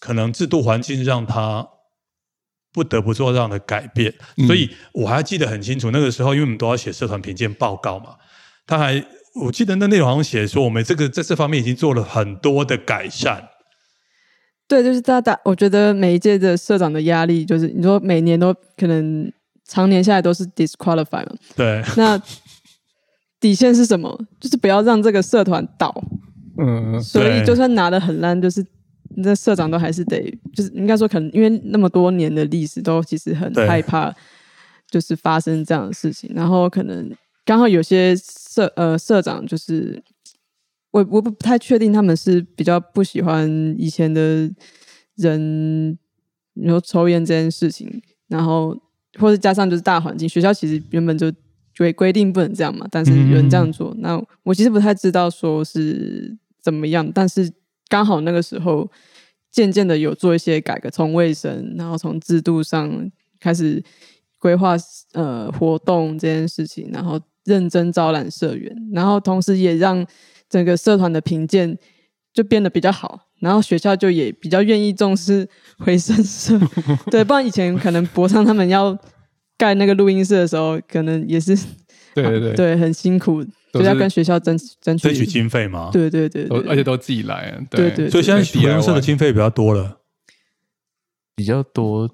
B: 可能制度环境让他不得不做这样的改变。所以我还记得很清楚，那个时候因为我们都要写社团评鉴报告嘛，他还我记得那内容好像写说我们这个在这方面已经做了很多的改善。
C: 对，就是大家，我觉得每一届的社长的压力，就是你说每年都可能常年下来都是 disqualify 嘛，
B: 对，
C: 那底线是什么？就是不要让这个社团倒。
A: 嗯，
C: 所以
B: 对
C: 就算拿的很烂，就是那社长都还是得，就是应该说可能因为那么多年的历史，都其实很
B: 对
C: 害怕，就是发生这样的事情。然后可能刚好有些社呃社长就是。我我不不太确定他们是比较不喜欢以前的人，然后抽烟这件事情，然后或者加上就是大环境，学校其实原本就规规定不能这样嘛，但是有人这样做，那我其实不太知道说是怎么样，但是刚好那个时候渐渐的有做一些改革，从卫生，然后从制度上开始规划呃活动这件事情，然后认真招揽社员，然后同时也让整个社团的评鉴就变得比较好。然后学校就也比较愿意重视回声 社，对，不然以前可能博昌他们要盖那个录音室的时候，可能也是
A: 对对对，
C: 对，很辛苦，
A: 都
C: 就是要跟学校争争取
B: 争取经费嘛。
C: 对对对
A: 都
C: 对，
A: 而且都自己来，
C: 对对
B: 所以现在
A: 对
B: 回声社的经费比较多了。
D: 比较多，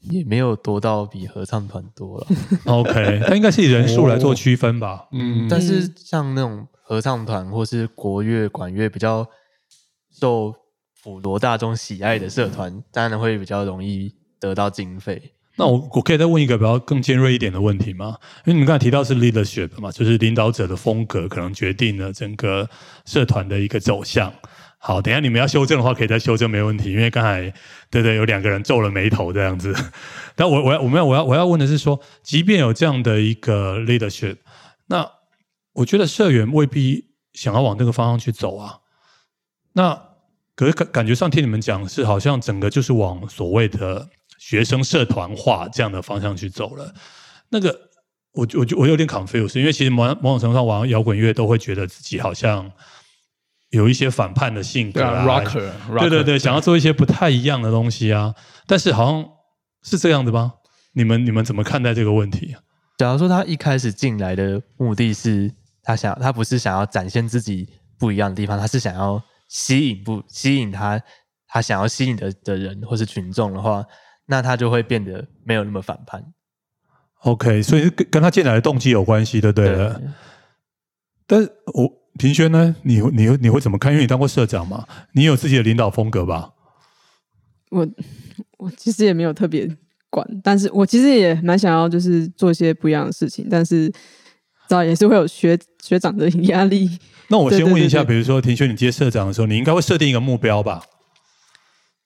D: 也没有多到比合唱团多了。
B: OK，它应该是以人数来做区分吧？
A: 嗯，
B: 啊
D: 但是像那种合唱团或是国乐、管乐比较受普罗大众喜爱的社团，当然会比较容易得到经费。
B: 那我我可以再问一个比较更尖锐一点的问题吗？因为你们刚才提到是 leadership 嘛，就是领导者的风格可能决定了整个社团的一个走向。好，等一下你们要修正的话，可以再修正，没问题。因为刚才对对，有两个人皱了眉头这样子。但我我要我们要我要我要问的是说，即便有这样的一个 leadership，那我觉得社员未必想要往这个方向去走啊。那可是感感觉上听你们讲是好像整个就是往所谓的学生社团化这样的方向去走了。那个我我就我有点 confused，因为其实某某种程度上玩摇滚乐都会觉得自己好像有一些反叛的性格
A: 对啊，rocker，
B: 对对对，想要做一些不太一样的东西啊。但是好像是这样的吗？你们你们怎么看待这个问题？
D: 假如说他一开始进来的目的是他想，他不是想要展现自己不一样的地方，他是想要吸引不吸引他他想要吸引的的人或是群众的话，那他就会变得没有那么反叛。
B: OK，所以是跟跟他进来的动机有关系，对不对了？但是我平轩呢？你你你会怎么看？因为你当过社长嘛，你有自己的领导风格吧？
C: 我我其实也没有特别管，但是我其实也蛮想要就是做一些不一样的事情，但是知道也是会有学学长的 压力。
B: 那我先问一下，
C: 对对对对
B: 比如说庭轩，你接社长的时候，你应该会设定一个目标吧？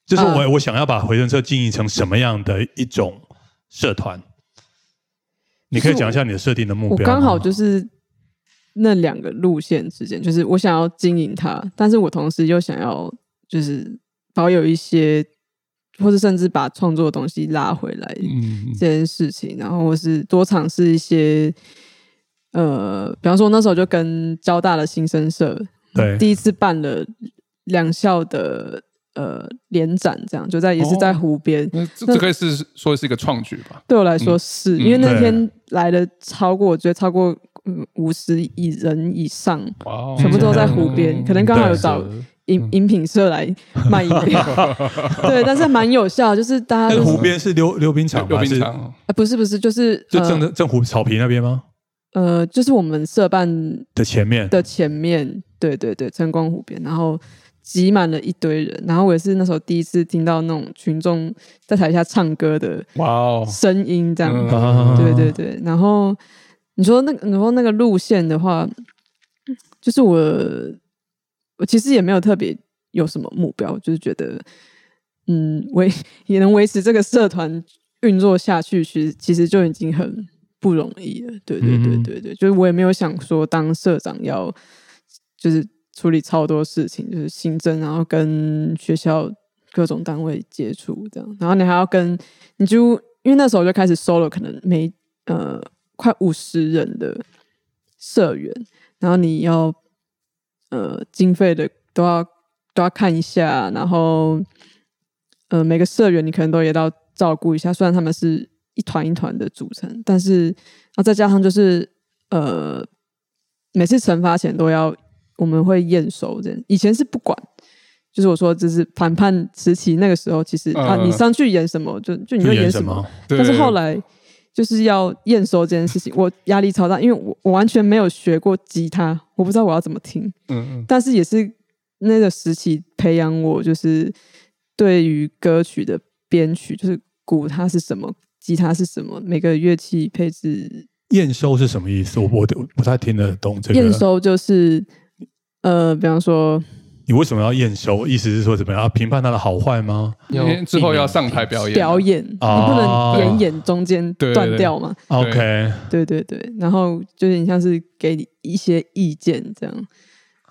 B: 就是我、
C: 呃
B: 我想要把回声社经营成什么样的一种社团？你可以讲一下你的设定的目
C: 我
B: 标吗。
C: 刚好就是那两个路线之间，就是我想要经营它，但是我同时又想要就是保有一些，或是甚至把创作的东西拉回来
A: 嗯
C: 这，件事情，然后或是多尝试一些。呃，比方说那时候就跟交大的新生社
B: 对
C: 第一次办了两校的呃联展，这样就在也是在
A: 哦
C: 湖边。
A: 那这这个是说是一个创举吧？
C: 对我来说是、因
B: 对
C: 为那天来的超过，我觉得超过嗯五十以人以上，
A: 哇哦，嗯
C: 全部都在湖边，可能刚好有找饮饮品社来卖饮料，对，但是蛮有效，就是大家
B: 那
C: 就
B: 个
C: 是、
B: 湖边是溜溜冰场
A: 溜
B: 吗？
A: 冰
B: 是
A: 场
C: 呃不是不是，就是
B: 就正
C: 呃
B: 正湖草坪那边吗？
C: 呃，就是我们社办
B: 的前面
C: 的前面，对对对，晨光湖边，然后挤满了一堆人，然后我也是那时候第一次听到那种群众在台下唱歌的
A: 哇哦，
C: 声音，这样，
A: 嗯
B: 啊，
C: 对对对。然后你说那个，你说那个路线的话，就是我我其实也没有特别有什么目标，就是觉得嗯维 也能维持这个社团运作下去，其实其实就已经很不容易了。对对对
B: 嗯
C: 对对，就是我也没有想说当社长要就是处理超多事情，就是行政，然后跟学校各种单位接触这样，然后你还要跟你就因为那时候就开始收了可能每呃快五十人的社员，然后你要呃经费的都要都要看一下，然后呃每个社员你可能都也要照顾一下，虽然他们是一团一团的组成，但是然后再加上就是呃每次惩罚前都要我们会验收这样，以前是不管。就是我说，就是反叛时期那个时候，其实、啊，
A: 嗯
C: 你上去演什么，就就你
B: 就
C: 就
B: 演
C: 演
B: 什
C: 什么
B: 么。
A: 对
C: 但是后来就是要验收这件事情，我压力超大，因为我我完全没有学过吉他，我不知道我要怎么听。
A: 嗯
C: 但是也是那个时期培养我，就是对于歌曲的编曲，就是鼓它是什么，吉他是什么，每个乐器配置。
B: 验收是什么意思？我我我不太听得懂这个。
C: 验收就是呃，比方说
B: 你为什么要验收？意思是说怎么样？要啊评判它的好坏吗？
A: 因为之后要上台表演，
C: 表演，
B: 哦
C: 你不能演演中间
A: 对对
C: 断
A: 对
C: 掉嘛。
B: OK，
C: 对对对，然后就有点像是给你一些意见这样。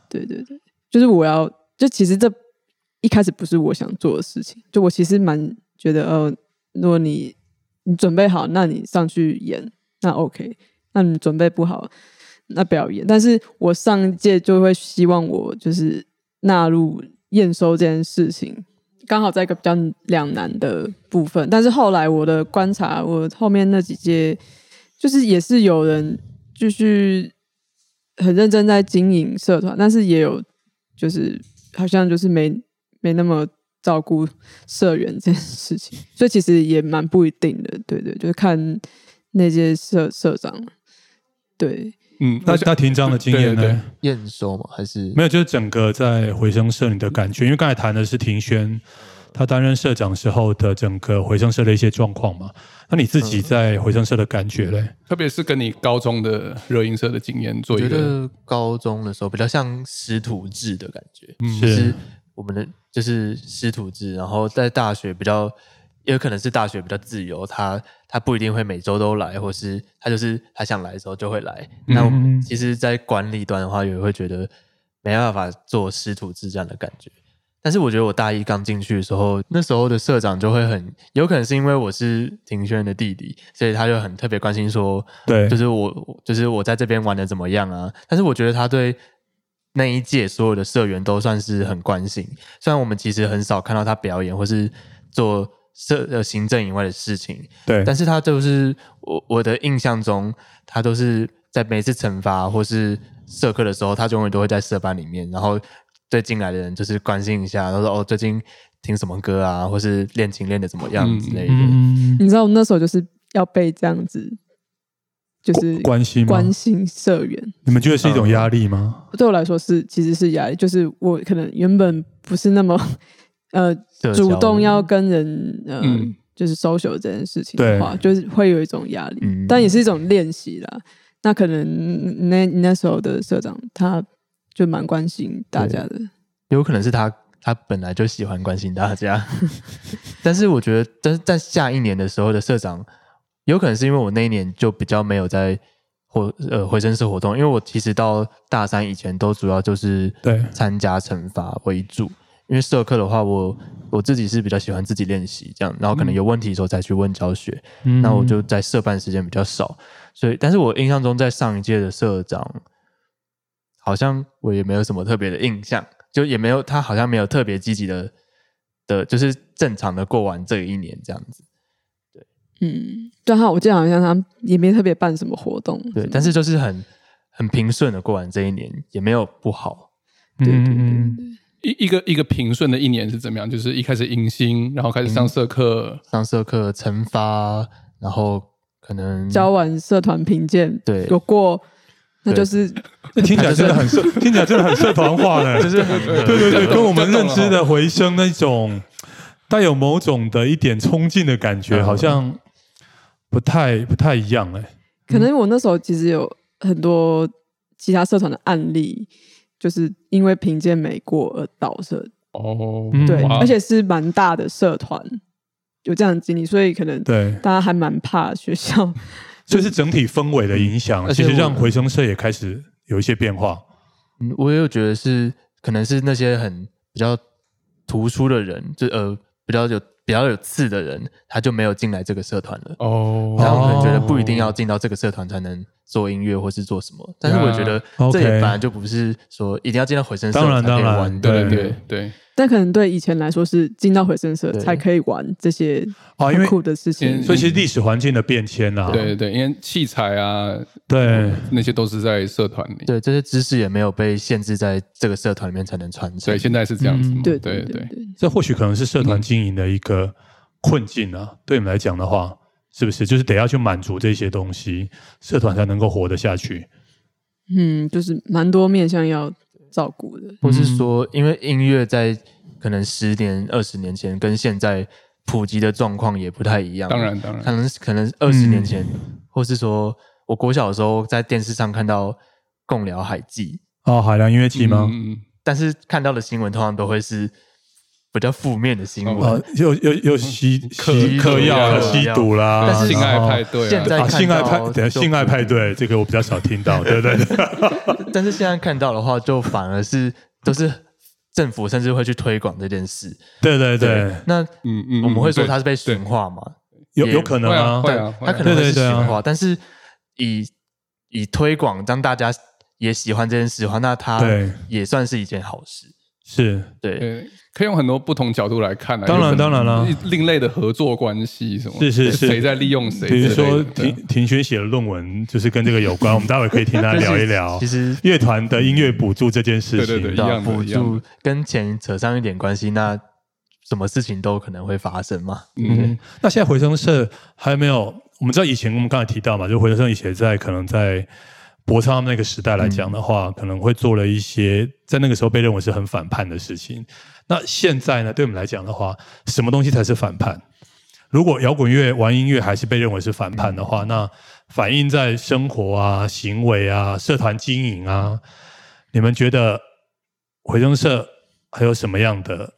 C: 对对对，就是我要，就其实这一开始不是我想做的事情，就我其实蛮觉得，呃，如果你你准备好，那你上去演，那 OK，那你准备不好，那不要演。但是我上一届就会希望我就是纳入验收这件事情，刚好在一个比较两难的部分。但是后来我的观察，我后面那几届就是也是有人就是很认真在经营社团，但是也有就是好像就是没没那么照顾社员这件事情，所以其实也蛮不一定的。对对，就是看那届社社长。对，
A: 嗯，
B: 那
A: 我想
B: 那庭章的经
A: 对
B: 验
A: 对对
B: 呢？
D: 验收吗？还是
B: 没有，就是整个在回声社你的感觉，因为刚才谈的是庭轩他担任社长时候的整个回声社的一些状况嘛。那你自
C: 嗯
B: 己在回声社的感觉嘞？
A: 特别是跟你高中的热音社的经验做
D: 我
A: 一
D: 觉
A: 个，
D: 得高中的时候比较像师徒制的感觉，
B: 是
D: 是我们的就是师徒制，然后在大学比较，也有可能是大学比较自由，他他不一定会每周都来，或是他就是他想来的时候就会来。那我
B: 嗯
D: 们其实，在管理端的话，也会觉得没办法做师徒制这样的感觉，但是我觉得我大一刚进去的时候，那时候的社长就会很有可能是因为我是庭轩的弟弟，所以他就很特别关心说，
B: 对
D: 就是我就是我在这边玩的怎么样啊？但是我觉得他对那一届所有的社员都算是很关心，虽然我们其实很少看到他表演或是做社呃行政以外的事情，
B: 对，
D: 但是他就是我我的印象中，他都是在每次惩罚或是社课的时候，他永远都会在社班里面，然后对进来的人就是关心一下，他说哦最近听什么歌啊，或是练琴练的怎么样
A: 嗯
D: 之类的。
B: 嗯，
C: 你知道我那时候就是要被这样子，就是
B: 关系吗？
C: 嗯关心嗯社员。
B: 你们觉得是一种压力吗？
C: 对我来说是其实是压力，就是我可能原本不是那么呃
D: 社交
C: 主动要跟人呃、
A: 嗯
C: 就是 social 这件事情的话，就是会有一种压力，
D: 嗯
C: 但也是一种练习啦。那可能那你那时候的社长他就蛮关心大家的，
D: 有可能是他他本来就喜欢关心大家， 但是我觉得，但是在下一年的时候的社长，有可能是因为我那一年就比较没有在活呃回声社活动，因为我其实到大三以前都主要就是
B: 对
D: 参加惩罚为主，因为社课的话我。我自己是比较喜欢自己练习这样，然后可能有问题的时候再去问教学。
B: 嗯
D: 那我就在社办时间比较少，所以，但是我印象中在上一届的社长，好像我也没有什么特别的印象，就也没有他好像没有特别积极的的，就是正常的过完这一年这样子。
C: 嗯，对他我记得好像他也没特别办什么活动，
B: 嗯
D: 对，但是就是很很平顺的过完这一年，也没有不好。
B: 嗯
C: 对对对
B: 嗯
C: 对
A: 一一个一个平顺的一年是怎么样？就是一开始迎新，然后开始
C: 嗯
A: 上社课，
D: 上社课惩罚，然后可能
C: 交完社团评鉴，
D: 对
C: 有过，那
D: 对
C: 就是
B: 那听起来真的很社，听起来真的很社团化呢。
D: 就是很
B: 对对对，跟我们
A: 就懂
B: 认
A: 了
B: 知的回声那种带有某种的一点冲劲的感觉，
D: 嗯
B: 好像不太不太一样哎。
C: 可能我那时候其实有很多其他社团的案例，就是因为评鉴没过而倒社，
A: 哦，
B: 嗯
C: 对，
A: 哇
C: 而且是蛮大的社团有这样的经历，所以可能
B: 对，
C: 大家还蛮怕学校，
B: 所以是整体氛围的影响，
D: 而
B: 其
D: 且
B: 实让
D: 我
B: 回声社也开始有一些变化。
D: 嗯，我也有觉得是，可能是那些很比较突出的人，就呃比较有比较有刺的人，他就没有进来这个社团了。
A: 哦，
D: 然后可能觉得
B: 哦
D: 不一定要进到这个社团才能做音乐或是做什么，但是我觉得
B: ，OK
D: 这也本来就不是说一定要进到回声社
B: 当然
D: 才可以
B: 当然
D: 玩的。
A: 对对
B: 对
A: 对对，
C: 但可能对以前来说是进到回声社
D: 对
C: 才可以玩这些
B: 啊因
C: 很
B: 为
C: 酷的事情
A: 嗯，
B: 所以其实历史环境的变迁啦，
A: 对对对，因为器材啊
B: 对
A: 那些都是在社团里，
D: 对，这些知识也没有被限制在这个社团里面才能传承
A: 所以。现在是这样子嘛
B: 嗯，
C: 对
A: 对
C: 对对对。
B: 这或许可能是社团经营的一个困境啊。对你们来讲的话，是不是就是得要去满足这些东西，社团才能够活得下去？
C: 嗯，就是蛮多面向要照顾的，
D: 或
B: 嗯
D: 是说，因为音乐在可能十年、二十年前跟现在普及的状况也不太一样。
A: 当然
B: 嗯
A: 当然
D: 可能可能二十年前，或是说我国小的时候在电视上看到共聊海记，
B: 哦，海量音乐季吗？
A: 嗯嗯
D: 但是看到的新闻通常都会是比较负面的新闻。
B: 啊，又又又吸吸
D: 吸
B: 嗯嗑药
A: 嗑
B: 啊、
A: 药
B: 吸毒啦，
D: 但是
A: 性爱
B: 然后
A: 派对啊，
D: 现在
B: 啊，性爱派
D: 看到，
B: 等下
D: 就
B: 性爱派对，这个我比较少听到，对 不对？
D: 但是现在看到的话，就反而是都是政府甚至会去推广这件事。
B: 对对对，
D: 那
A: 嗯嗯，
D: 我们会说
A: 对
D: 它是被
A: 对
D: 驯化嘛？
B: 有
D: 也
B: 有可能
A: 会啊
B: 啊，
A: 会啊，会啊
D: 它可能会
B: 对对
D: 是
B: 对啊
D: 驯化，但是以以推广让大家也喜欢这件事的话，那它
B: 对
D: 也算是一件好事。
B: 是
D: 对，
A: 对，呃可以用很多不同角度来看啊。
B: 当然
A: 有可能
B: 当然啦
A: 另类的合作关系什么，
B: 是是是
A: 谁在利用谁之
B: 比
A: 类
B: 如
A: 的，
B: 说
A: 对啊
B: 庭庭轩写的论文就是跟这个有关，我们待会可以 听他
D: 但是
B: 聊一聊
D: 其实
B: 乐团的音乐补助这件事情。
A: 对对对
D: 对啊
A: 一样的
D: 补
A: 一样
D: 助跟钱扯上一点关系，那什么事情都可能会发生嘛。
B: 嗯，那现在回声社还没有，我们知道以前我们刚才提到嘛，就回声社以前在可能在博昌他们那个时代来讲的话，可能会做了一些在那个时候被认为是很反叛的事情。那现在呢，对我们来讲的话，什么东西才是反叛？如果摇滚乐、玩音乐还是被认为是反叛的
D: 嗯
B: 话，那反映在生活啊、行为啊、社团经营啊，你们觉得回声社还有什么样的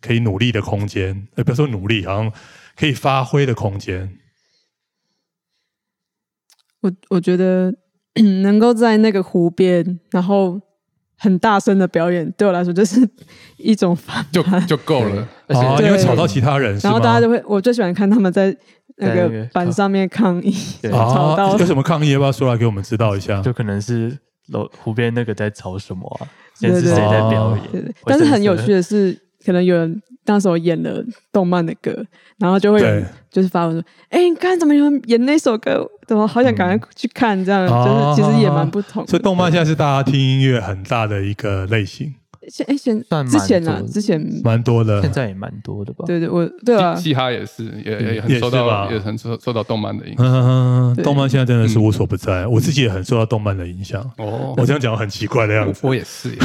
B: 可以努力的空间？呃，不要说努力，好像可以发挥的空间。
C: 我我觉得能够在那个湖边，然后很大声的表演，对我来说就是 一种反
A: 就
C: 叛。
A: 就够了。
D: 而且
B: 哦，
C: 对
B: 因为吵到其他人，是
C: 然
B: 吗
C: 后大家就会，我最喜欢看他们在那
D: 在那
C: 个
D: 个
C: 板上面抗议，
D: 对
C: 吵
B: 啊
C: 到，
B: 有什么抗议要不要说来给我们知道一下？
D: 就可能是楼湖边那个在吵什么啊，
C: 对
D: 先是谁在表
C: 对对
D: 演，
C: 但是很有趣
D: 的
C: 的是，可能有人那时候演了动漫的歌，然后就会有人
B: 对
C: 就是发文说：“哎、你刚才怎么有人演那首歌？怎么好想赶快去看？”这样、
B: 嗯哦
C: 就是其实也蛮不同的。
B: 所以动漫现在是大家听音乐很大的一个类型，
C: 现哎现
D: 算蛮
C: 之前啊，
D: 多
C: 之前
B: 蛮多的
D: 现。在也蛮多的吧？
C: 对对我对啊
A: 嘻，嘻哈也是，也也
B: 嗯也
A: 很
B: 是
A: 受到，
B: 吧
A: 也很受受到动漫的 影响。
B: 嗯，
C: 对
B: 动漫现在真的是无所不在，我自己也很受到动漫的影响。
A: 哦，
B: 我这样讲很奇怪的样子，
A: 我我也是耶，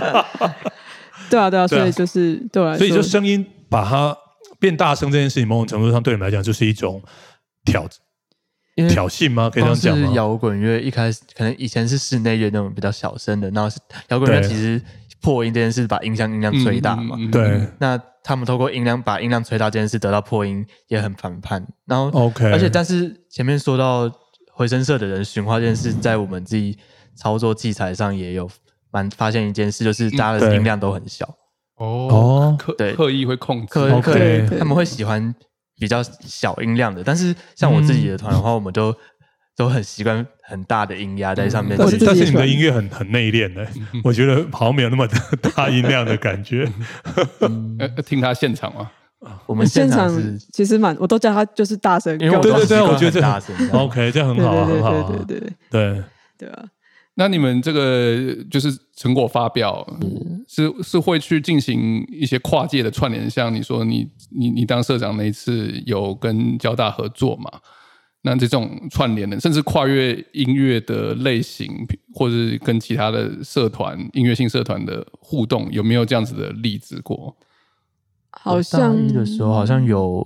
C: 对啊对啊，
B: 对啊
C: 所以就是对我来说，
B: 所以就声音把它变大声这件事情，某种程度上对你们来讲就是一种挑
D: 因为
B: 挑衅吗？可以这样
D: 光
B: 讲
D: 是
B: 吗？
D: 摇滚乐一开始可能以前是室内乐那种比较小声的，然后是摇滚乐
B: 对
D: 其实破音这件事把音箱音量吹大嘛，
A: 嗯，嗯嗯
B: 对
D: 那他们透过音量把音量吹大这件事得到破音也很反叛，然后
B: ，OK，
D: 而且但是前面说到回声社的人循化这件事，在我们自己操作器材上也有蛮发现一件事，就是大家
B: 嗯
D: 的
B: 对
D: 音量都很小，
A: 哦，
B: 哦，
A: 刻
D: 对
A: 刻意会控制，
D: 可
B: OK
D: 可
B: 对
D: 他们会喜欢比较小音量的，但是像我自己的团的话，
B: 嗯
D: 我们都都很习惯很大的音压在上面。
C: 我
B: 但
C: 自
B: 是
C: 己
B: 但是
C: 也
B: 你
C: 喜
B: 们
C: 欢
B: 的音乐很很内敛的，我觉得好像没有那么大音量的感觉。
A: 呃呃听他现场嘛，
D: 我们现
C: 现
D: 场
C: 场
D: 是，
C: 其实蛮，我都叫他就是大声，
D: 因为我
C: 给
B: 对
C: 我
D: 都
B: 对
D: 习
B: 对，
D: 惯
B: 我觉得
D: 很
B: 这
D: 大声这样
B: OK，这样很
C: 对
B: 好啊，
C: 对
B: 很好啊，
C: 对对对对
B: 对，
C: 对啊，
A: 那你们这个就是成果发表，
C: 嗯
A: 是是会去进行一些跨界的串联，像你说你你你当社长那一次有跟交大合作嘛？那这种串联的，甚至跨越音乐的类型，或者是跟其他的社团、音乐性社团的互动，有没有这样子的例子过？
C: 好
D: 我
C: 像
D: 大一的时候好像有，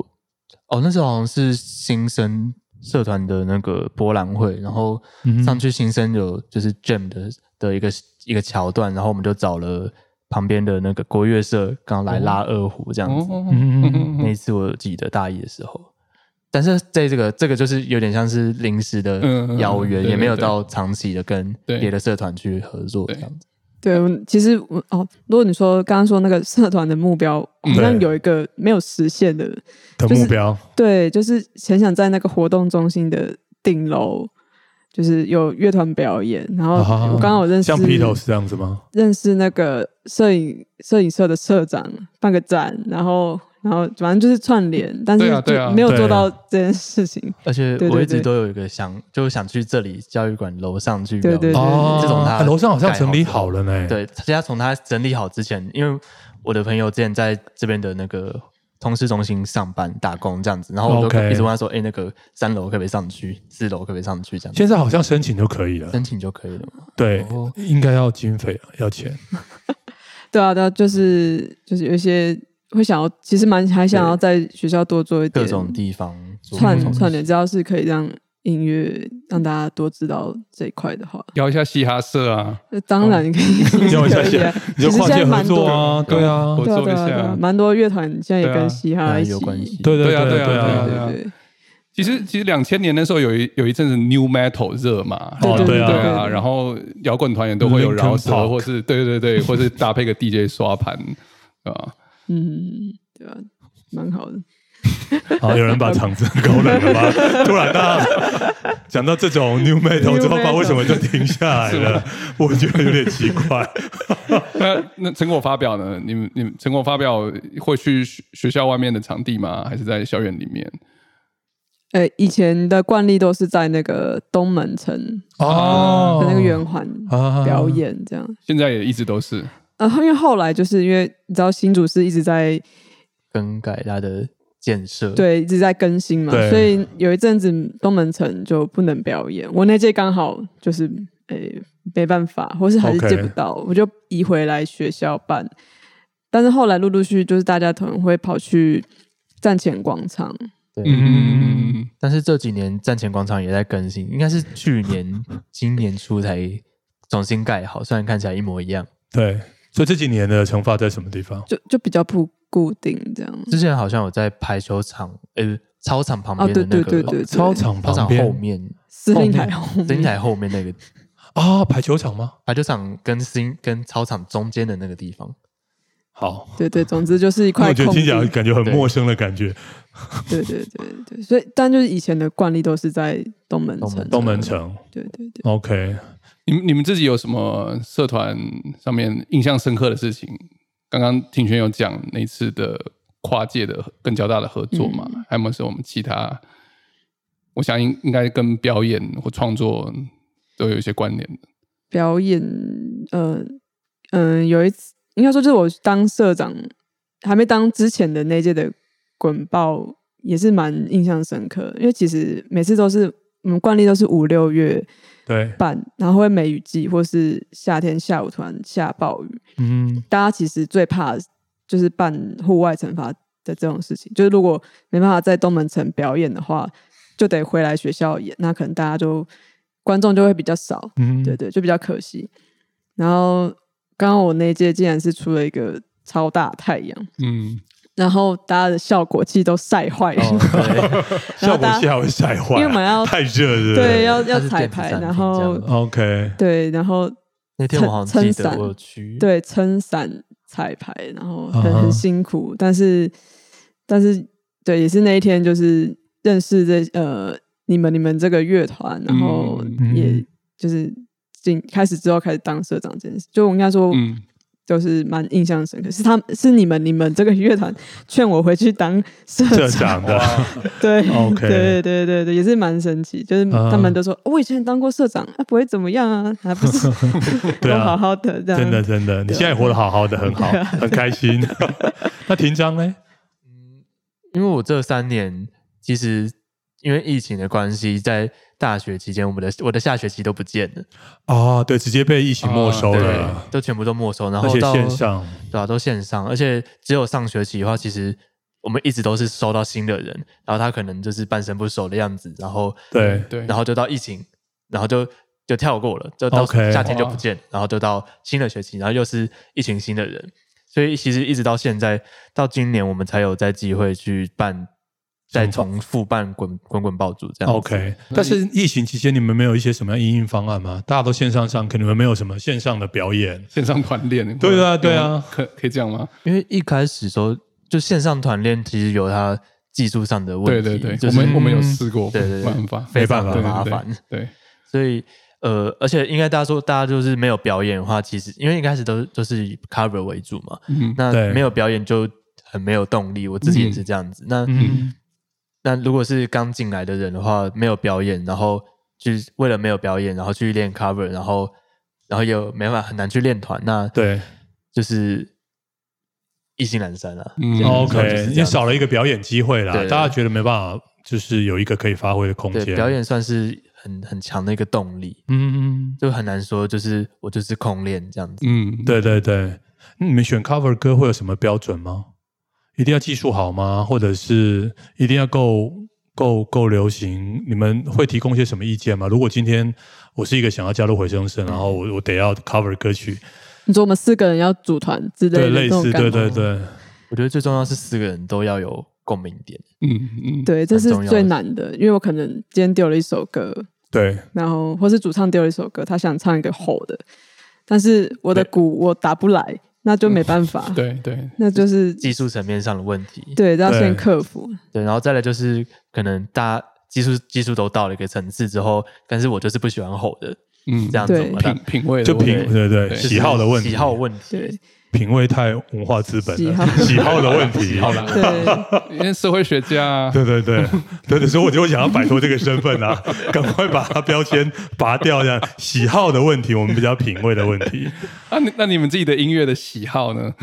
D: 哦，那时候好像是新生社团的那个博览会，然后
A: 嗯
D: 上去新生有就是 jam 的的一个一个桥段，然后我们就找了旁边的那个国乐社，刚来拉二胡这样子。
A: 哦，
B: 嗯嗯嗯
A: 嗯
D: 那一次我记得大一的时候，但是在这个这个就是有点像是临时的
A: 嗯嗯嗯
D: 邀约，
A: 对对
D: 也没有
A: 对
D: 到长期的跟
A: 对
D: 别的社团去合作
A: 对
D: 这样子。
C: 对，我其实我哦，如果你说刚刚说那个社团的目标，
D: 嗯
C: 好像有一个没有实现的，
B: 的目标
C: 对，就是很想在那个活动中心的顶楼，就是有乐团表演。然后
B: 啊
C: 我刚刚有认识
B: 像 Beatles 这样子吗？
C: 认识那个摄影摄影社的社长，办个展，然后然后反正就是串联，但是
A: 对啊
C: 就
A: 对啊
C: 没有
B: 对
C: 做到这件事情。
D: 而且
C: 对对
D: 我一直
C: 对
D: 都有一个想，就是想去这里教育馆楼上去
C: 对
D: 表
C: 对
D: 演
C: 对
B: 哦，
D: 自从他
B: 啊楼上好像
D: 盖
B: 整理
D: 好之后
B: 好了呢。
D: 对，其实他从他整理好之前，因为我的朋友之前在这边的那个通识中心上班打工这样子，然后我就
B: OK
D: 一直问他说：“哎、那个三楼可不可以上去？四楼可不可以上去？”这样子
B: 现在好像申请就可以
C: 嗯
B: 了，
D: 申请就可以了嘛。
B: 对，
C: 哦
B: 应该要经费，啊要 钱。
C: 对啊，对啊， 就是就是有一些会想要，其实蛮还想要在学校多做一点
D: 各种地方做不
C: 串
D: 同的
C: 串联，只要是可以让音乐让大家多知道这一块的话，
A: 聊一下嘻哈社啊，
C: 那当然可以，
B: 要一 下
C: 可以啊
B: 哦 你就
C: 其实
B: 跨
C: 现在
B: 界合
C: 蛮
B: 作
C: 多
B: 啊，对啊，
A: 合
C: 对啊
A: 作
C: 对
A: 一
C: 啊对啊
A: 下，，
C: 蛮多乐团现在也
A: 对啊
C: 跟嘻哈
D: 当
C: 一
D: 然
C: 起
D: 有关系。
B: 对对
A: 啊
B: 对
A: 对啊
B: 对
A: 啊
C: 对对
A: 其实，其实两千年那时候有一有一阵子 new metal 热嘛，
B: 哦
A: 然后
B: 对
A: 对
B: 啊
C: 对对
A: 然后摇滚团也都会有
B: Linkin
A: 饶舌，
B: Park
A: 或是对对对，或是搭配个 DJ 刷盘，对吧？
C: 嗯，对啊，蛮好的。
B: 好，啊有人把场子搞冷了 吧？突然大家讲到这种 new metal 之后，不知道为什么就停下来了，我觉得有点奇 怪。
A: 那那成果发表呢？你们你们成果发表会去学学校外面的场地吗？还是在校园里面？
C: 呃，以前的惯例都是在那个东门城
B: 哦
C: 的那个圆环
B: 啊
C: 表演这样。
A: 现在也一直都是
C: 呃，因为后来就是因为你知道新竹是一直在
D: 更改它的建设。，
C: 对，一直在更新嘛
B: 对，
C: 所以有一阵子东门城就不能表演。我那届刚好就是诶、没办法，或是还是
B: OK
C: 借不到我就移回来学校办。但是后来陆陆续续就是大家可能会跑去站前广场，
D: 对
A: 嗯
D: 但是这几年站前广场也在更新，应该是去 年、今年初才重新盖好，虽然看起来一模一样。
B: 对，所以这几年的惩罚在什么地方？
C: 就就比较不固定这样。
D: 之前好像有在排球场，呃，操场旁边
C: 哦对
D: 的那
C: 对
D: 个
C: 对对
B: 操场
D: 操
B: 旁
D: 场
B: 边
D: 后面，
C: 司令台后
D: 灯
C: 面，
D: 台后面那个
B: 啊，排球场吗？
D: 排球场跟新跟操场中间的那个地方，
B: 好，
C: 对对，总之就是一
B: 那
C: 块
B: 我觉得
C: 空
B: 听起来
C: 地。
B: 感觉很陌生的感觉。
C: 对对对对，所以但就是以前的惯例都是在东门城，
B: 东门。城
C: 对对对，
B: ，OK，
A: 你们你们自己有什么社团上面印象深刻的事情？刚刚庭轩有讲那次的跨界的跟交大的合作嘛？还有没有什么其他？我想应应该跟表演或创作都有一些关联的。
C: 表演，呃嗯、呃有一次应该说就是我当社长还没当之前的那届的滚爆也是蛮印象深刻，因为其实每次都是我们惯例都是五六月
B: 对，
C: 办，然后会梅雨季或是夏天下午突然下暴雨，
B: 嗯，
C: 大家其实最怕就是办户外惩罚的这种事情，就是如果没办法在东门城表演的话，就得回来学校演，那可能大家就观众就会比较少，
B: 嗯
C: 对对，就比较可惜。然后刚刚我那一届竟然是出了一个超大太阳，
A: 嗯，
C: 然后大家的效果器都晒坏了，
D: 哦，
C: 然
D: 对，
B: 效
C: 后
B: 果
C: 大
B: 器
C: 家
B: 还会晒坏啊，
C: 因为我们要
B: 太热了，
C: 对要要
D: 它是
C: 彩
D: 电子
C: 排，
D: 产
C: 然
D: 品这样
C: 后
D: 的
B: OK，
C: 对，然后
D: 那天我好像
C: 撑
D: 记得
C: 撑伞
D: 我有去，，
C: 对撑伞彩排，然后很、
B: 啊哈
C: 很辛苦，但是但是对，也是那一天就是认识这呃你们你们这个乐团，然后
B: 嗯
C: 也就是进开始之后开始当社长这件事，就我应该说
A: 嗯
C: 就是蛮印象深刻，是他们是你们你们这个乐团劝我回去当社
B: 社
C: 长，
B: 长的，
C: 对
B: OK
C: 对对对对，也是蛮神奇，就是
B: 啊
C: 他们都说、哦我以前当过社长，啊不会怎么样啊，还不是
B: 对
C: 都
B: 啊
C: 好好的这样，
B: 真的真的，你现在活得好好的，很好，很开心。那庭章呢？
D: 因为我这三年其实因为疫情的关系，在大学期间，我们的我的下学期都不见了，
B: 哦，对，直接被疫情没收
D: 对
B: 了，，
D: 都全部都没收，然
B: 而
D: 后
B: 且
D: 到
B: 线上，
D: 对啊，都线上，而且只有上学期的话，其实我们一直都是收到新的人，然后他可能就是半生不熟的样子，然后
B: 对
A: 对
D: 然后就到疫情，然后就就跳过了，就到
B: OK，
D: 夏天就不见然后就到新的学期，然后又是疫情新的人，所以其实一直到现在，到今年我们才有在机会去办，再重复办滚滚滚爆组这样子。
B: OK，但是疫情期间你们没有一些什么应应方案吗？大家都线上上课，你们没有什么线上的表演？
A: 线上团练，
B: 对啊对啊
A: 有吗，可可以这样吗？
D: 因为一开始说就线上团练，其实有它技术上的问
A: 对
D: 题，
A: 对对，
D: 就
A: 我
D: 是
A: 们我们有试过，
D: 对对对
A: 没办法，
D: 非常
B: 没办
D: 的麻
A: 法
D: 烦。
A: 对，
D: 所以呃，而且应该大家说，大家就是没有表演的话，其实因为一开始都都是以 cover 为主嘛，
A: 嗯
D: 那
B: 对
D: 没有表演就很没有动力。我自己也是这样子。那、
B: 嗯，
D: 那如果是刚进来的人的话，没有表演，然后就是为了没有表演，然后去练 cover，然后然后又没办法很难去练团，那
B: 对
D: 就是意兴阑珊啊。
A: 嗯
D: 简单说就是
B: 哦，OK，
D: 这
B: 你
D: 样
B: 少了一个表演机会啦
D: 对，对
B: 大家觉得没办法，就是有一个可以发挥的空
D: 对
B: 间。
D: 表，演算是很很强的一个动力，
B: 嗯，
D: 就很难说就是我就是空练这样子。
A: 嗯，
B: 对对对。那你们选 cover 歌会有什么标准吗？一定要技术好吗？或者是一定要够够够流行？你们会提供一些什么意见吗？如果今天我是一个想要加入回声声，然后我我得要 cover 歌曲，
C: 你说我们四个人要组团之类
B: 对，
C: 的这
B: 类
C: 种
B: 似，
C: 感
B: 对
C: 觉，
B: 对对，
D: 我觉得最重要是四个人都要有共鸣点。
A: 嗯嗯，
C: 对这是
D: 很重要
C: 最难的，因为我可能今天丢了一首歌，
B: 对，
C: 然后或是主唱丢了一首歌，他想唱一个吼的，但是我的鼓我打不来，那就没办法，
A: 对对，
C: 那就是
D: 技术层面上的问题，
C: 对，要
B: 对
C: 先克服，
D: 对，然后再来就是可能大家技术技术都到了一个层次之后，但是我就是不喜欢吼的
A: 嗯，
D: 这样子嘛，
A: 品品味的
B: 就
A: 问题
B: 品对对
A: 对
D: 就是
B: 喜好的问题，
D: 喜好问题，
C: 对
B: 品味太文化资本
C: 喜
B: 了
C: 好，
B: 喜好的问题，
A: 好啦，
C: 对
A: 因为社会学家啊，
B: 对对 对对对，所以我就想要摆脱这个身份啊， 赶快把它标签拔掉，这样喜好的问题，我们比较品味的问题。
A: 那你那你们自己的音乐的喜好呢？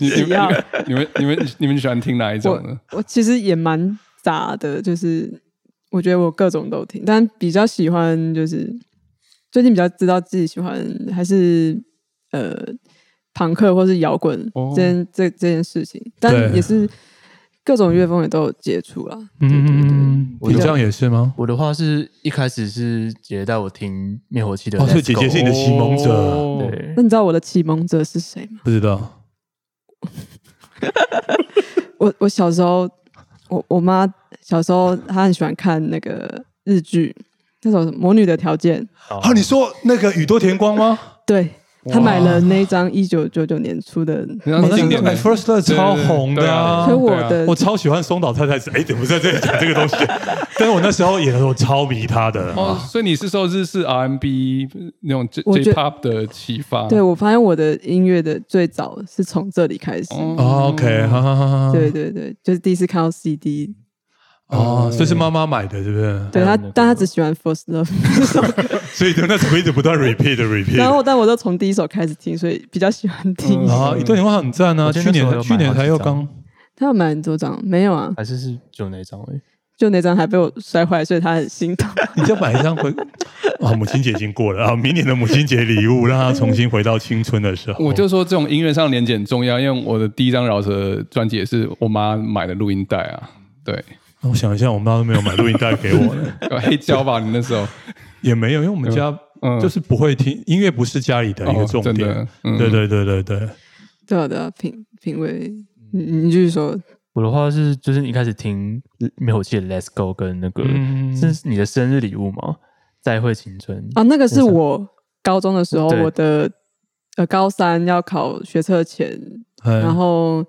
A: 你
C: 喜好
A: 你们你们你们你们喜欢听哪一种呢
C: 我？我其实也蛮杂的，就是我觉得我各种都听，但比较喜欢就是最近比较知道自己喜欢还是呃朋克或是摇滚
A: 哦
C: 这件、这这件事情，但
B: 对
C: 也是各种乐风也都有接触啦。
B: 嗯，
D: 对对
B: 你这样也是吗？
D: 我的话是一开始是姐姐带我听灭火器的 Let's
B: 哦
D: Go，
B: 所以姐姐是你的启蒙者
A: 哦
D: 对
C: 那你知道我的启蒙者是谁吗？
B: 不知道，
C: 我我小时候，我我妈小时候她很喜欢看那个日剧，那首《魔女的条件》，
B: 啊，你说那个宇多田光吗？
C: 对他买了那张一九九九年出的，
A: 那是经典的
B: 哎，First Love
A: 对对对
B: 超红的啊
A: 对
C: 所以
A: 啊
C: 我
A: 对啊
C: 的
B: 我超喜欢松岛菜菜子，哎，怎么在这里讲这个东西？ 但是我那时候也我超迷他的，
A: 哦，所以你是受日式 RMB 那种 J
C: 我觉
A: J Pop 的启发？
C: 对我发现我的音乐的最早是从这里开始。
B: 哦 OK，哈哈哈哈。
C: 对对对，就是第一次看到 CD，
B: 哦，这是妈妈买的，是不是？
C: 对他
D: 那个，
C: 但他只喜欢 First Love 那首歌，
B: 所以就那时候一直不断 repeat repeat。
C: 然后但我都从第一首开始听，所以比较喜欢听。
A: 嗯
B: 啊，宇多田光很赞啊，
D: 我觉
B: 去
D: 得那时候有
B: 年
D: 买
B: 去年才又刚
D: 好
C: 他有买很多张，没有啊，
D: 还是是就那张而已。
C: 就那张还被我摔坏，所以他很 心疼。
B: 你就买一张回 啊，母亲节已经过了啊，明年的母亲节礼物让她重新回到青春的时候。
A: 我就说这种音乐上连结很重要，因为我的第一张饶舌专辑也是我妈买的录音带啊，对，
B: 我想一下，我妈都没有买录音带给我 了，
A: 有黑胶吧，你那时候，
B: 也没有，因为我们家
A: 嗯
B: 就是不会听音乐，不是家里的一个重
A: 哦真
B: 点
A: 的。嗯
B: 对对对对对，
C: 对啊对啊，品品味，你你继续说，
D: 我的话是，就是一开始听灭火器的《Let's Go》跟那个、
B: 嗯
D: 是你的生日礼物吗？再会青春
C: 啊，那个是我高中的时候，
D: 对
C: 我的呃高三要考学测前，然
B: 嗯，
C: 后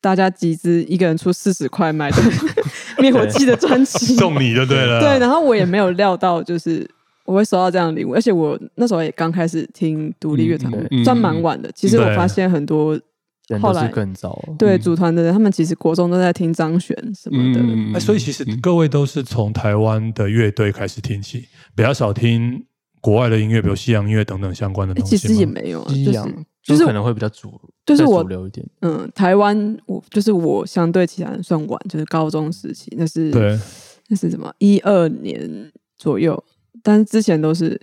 C: 大家集资一个人出四十块买的 灭火器的专辑，
B: 送你就对 了。
C: 对，然后我也没有料到就是。我会收到这样的礼物，而且我那时候也刚开蛮开始听独立乐团
D: 嗯
A: 嗯，
C: 算蛮晚的。其实我
B: 对
C: 发现很多
D: 人
C: 后
D: 都是
C: 来
D: 更早了，
C: 对
A: 嗯
C: 组团的人，他们其实国中都在听张悬什么的，
A: 嗯，
B: 哎，所以其实各位都是从台湾的乐队开始听起，比较少听国外的音乐，比如西洋音乐等等相关的
C: 哎
B: 东西
C: 其
B: 吗。
C: 实也没有啊，
D: 一
C: 就是
D: 样，
C: 就
D: 就是可能会比较主，
C: 就是
D: 再
C: 我
D: 主流一点。
C: 嗯，台湾我就是我相对其他人算晚，就是高中时期，那是
B: 对，
C: 那是什么一二年左右，但是之前都是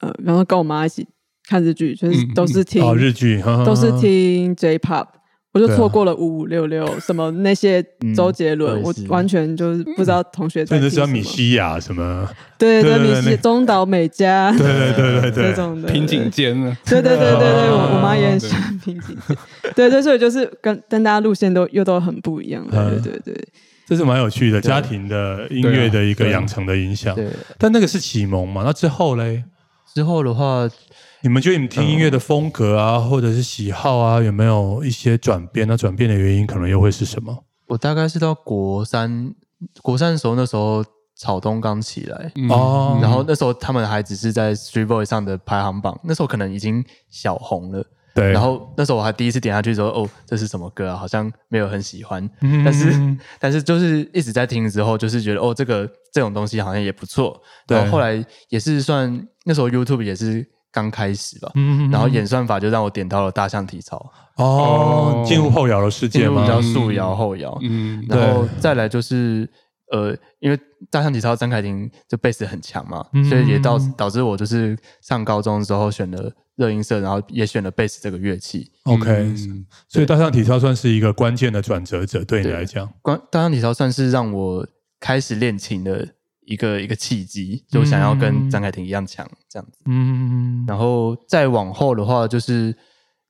C: 呃，然后跟我妈一起看日剧，就是
A: 嗯
C: 都是听、
B: 哦，日剧哈哈哈
C: 都是听 J-pop，我就
B: 对啊
C: 错过了五五六六什么那些
D: 嗯
C: 周杰伦，
D: 我
C: 我
D: 也是
C: 完全就是不知道同学
B: 所
C: 在
B: 以你就
C: 听
B: 知道
C: 什么
B: 米，西亚什么？
C: 对
B: 对
C: 对
B: 对
C: 米
B: 对
C: 西、中岛美嘉
B: 对对对对对，
C: 这种的
A: 瓶颈间啊呢，
C: 对对对对对，我我妈也很
A: 对
C: 喜欢瓶颈间，对对，所以就是跟跟大家路线都又都很不一样，对
B: 嗯
C: 对对对，
B: 这是蛮有趣的，家庭的音乐的一个养成的影响。
D: 对，
B: 但那个是启蒙嘛？那之后嘞，
D: 之后的话，
B: 你们觉得你们听音乐的风格啊，或者是喜好啊，有没有一些转变？那转变的原因可能又会是什么？
D: 我大概是到国三，国三的时候，那时候草东刚起来，
A: 嗯
B: 哦
D: 然后那时候他们还只是在 Street Boy 上的排行榜，那时候可能已经小红了。
B: 对，
D: 然后那时候我还第一次点下去说，哦，这是什么歌啊？好像没有很喜欢，
B: 嗯
D: 但是但是就是一直在听之后，就是觉得哦，这个这种东西好像也不错。然
B: 对
D: 后后来也是算那时候 YouTube 也是刚开始吧，
B: 嗯
D: 然后演算法就让我点到了大象体操，
B: 哦
A: 哦，
B: 进入后摇的世
D: 进
B: 界
D: 入
B: 吗
D: 比？较速摇后摇，
A: 嗯，
B: 对
D: 然后再来就是呃，因为大象体操张凯婷就贝斯很强嘛，所以也导
B: 嗯
D: 导致我就是上高中之后选了热音社，然后也选了贝斯这个乐器。
B: OK，
A: 嗯
B: 所以大象体操算是一个关键的转折者，对你来讲，
D: 关大象体操算是让我开始练琴的一个一个契机，就想要跟张凯婷一样强这样子。
B: 嗯，
D: 然后再往后的话，就是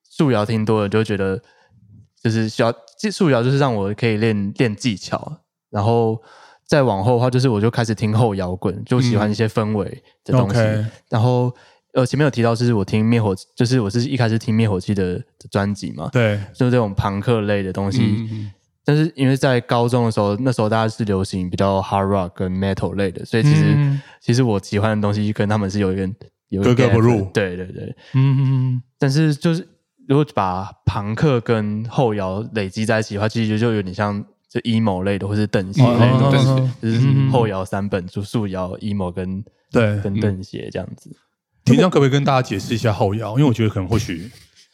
D: 素摇听多了，就会觉得就是需要技素摇，就是让我可以练练技巧。然后再往后的话，就是我就开始听后摇滚，就喜欢一些氛围的东西。
B: 嗯 OK
D: 然后呃，前面有提到，就是我听灭火，就是我是一开始听灭火器的的专辑嘛，
B: 对，
D: 就是这种朋克类的东西。
A: 嗯嗯
D: 但是因为在高中的时候，那时候大家是流行比较 hard rock 跟 metal 类的，所以其实、
B: 嗯
D: 其实我喜欢的东西跟他们是有一个有一
B: 格
D: 个
B: 格不
D: gap
B: 入
D: 的对对对。
B: 嗯，
D: 但是就是如果把朋克跟后摇累积在一起的话，其实就有点像就 emo 类的，或是邓鞋类的
A: 哦
D: 东西，
B: 哦
D: 就是后摇三本，就素摇 emo 跟
B: 对，
D: 跟邓鞋这样子。
B: 庭长可不可以跟大家解释一下后摇？因为我觉得可能或许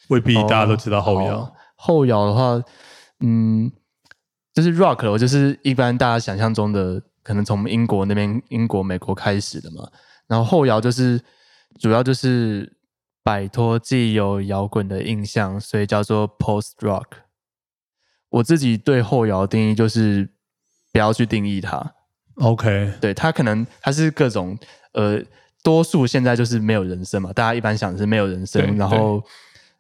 B: 未必大家都知道后摇。
D: 哦后摇的话，嗯，就是 rock 咯就是一般大家想象中的，可能从英国那边、英国、美国开始的嘛。然后后摇就是主要就是摆脱既有摇滚的印象，所以叫做 post rock。我自己对后摇的定义就是不要去定义它，
B: OK，
D: 对它可能它是各种呃，多数现在就是没有人声嘛，大家一般想的是没有人
A: 对
D: 声，然后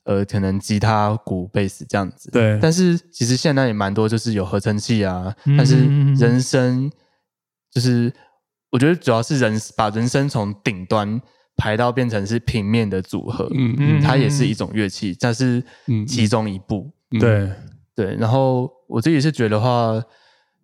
D: 呃，可能吉他、鼓、贝斯这样子。
B: 对，
D: 但是其实
A: 嗯
D: 现在也蛮多，就是有合成器啊，
B: 嗯
D: 但是人声就是我觉得主要是人把人声从顶端排到变成是平面的组合，
A: 嗯
B: 嗯
A: 嗯
D: 它也是一种乐器，但是
A: 嗯嗯
D: 其中一部。
A: 嗯
B: 对，
D: 对，然后我自己是觉得话，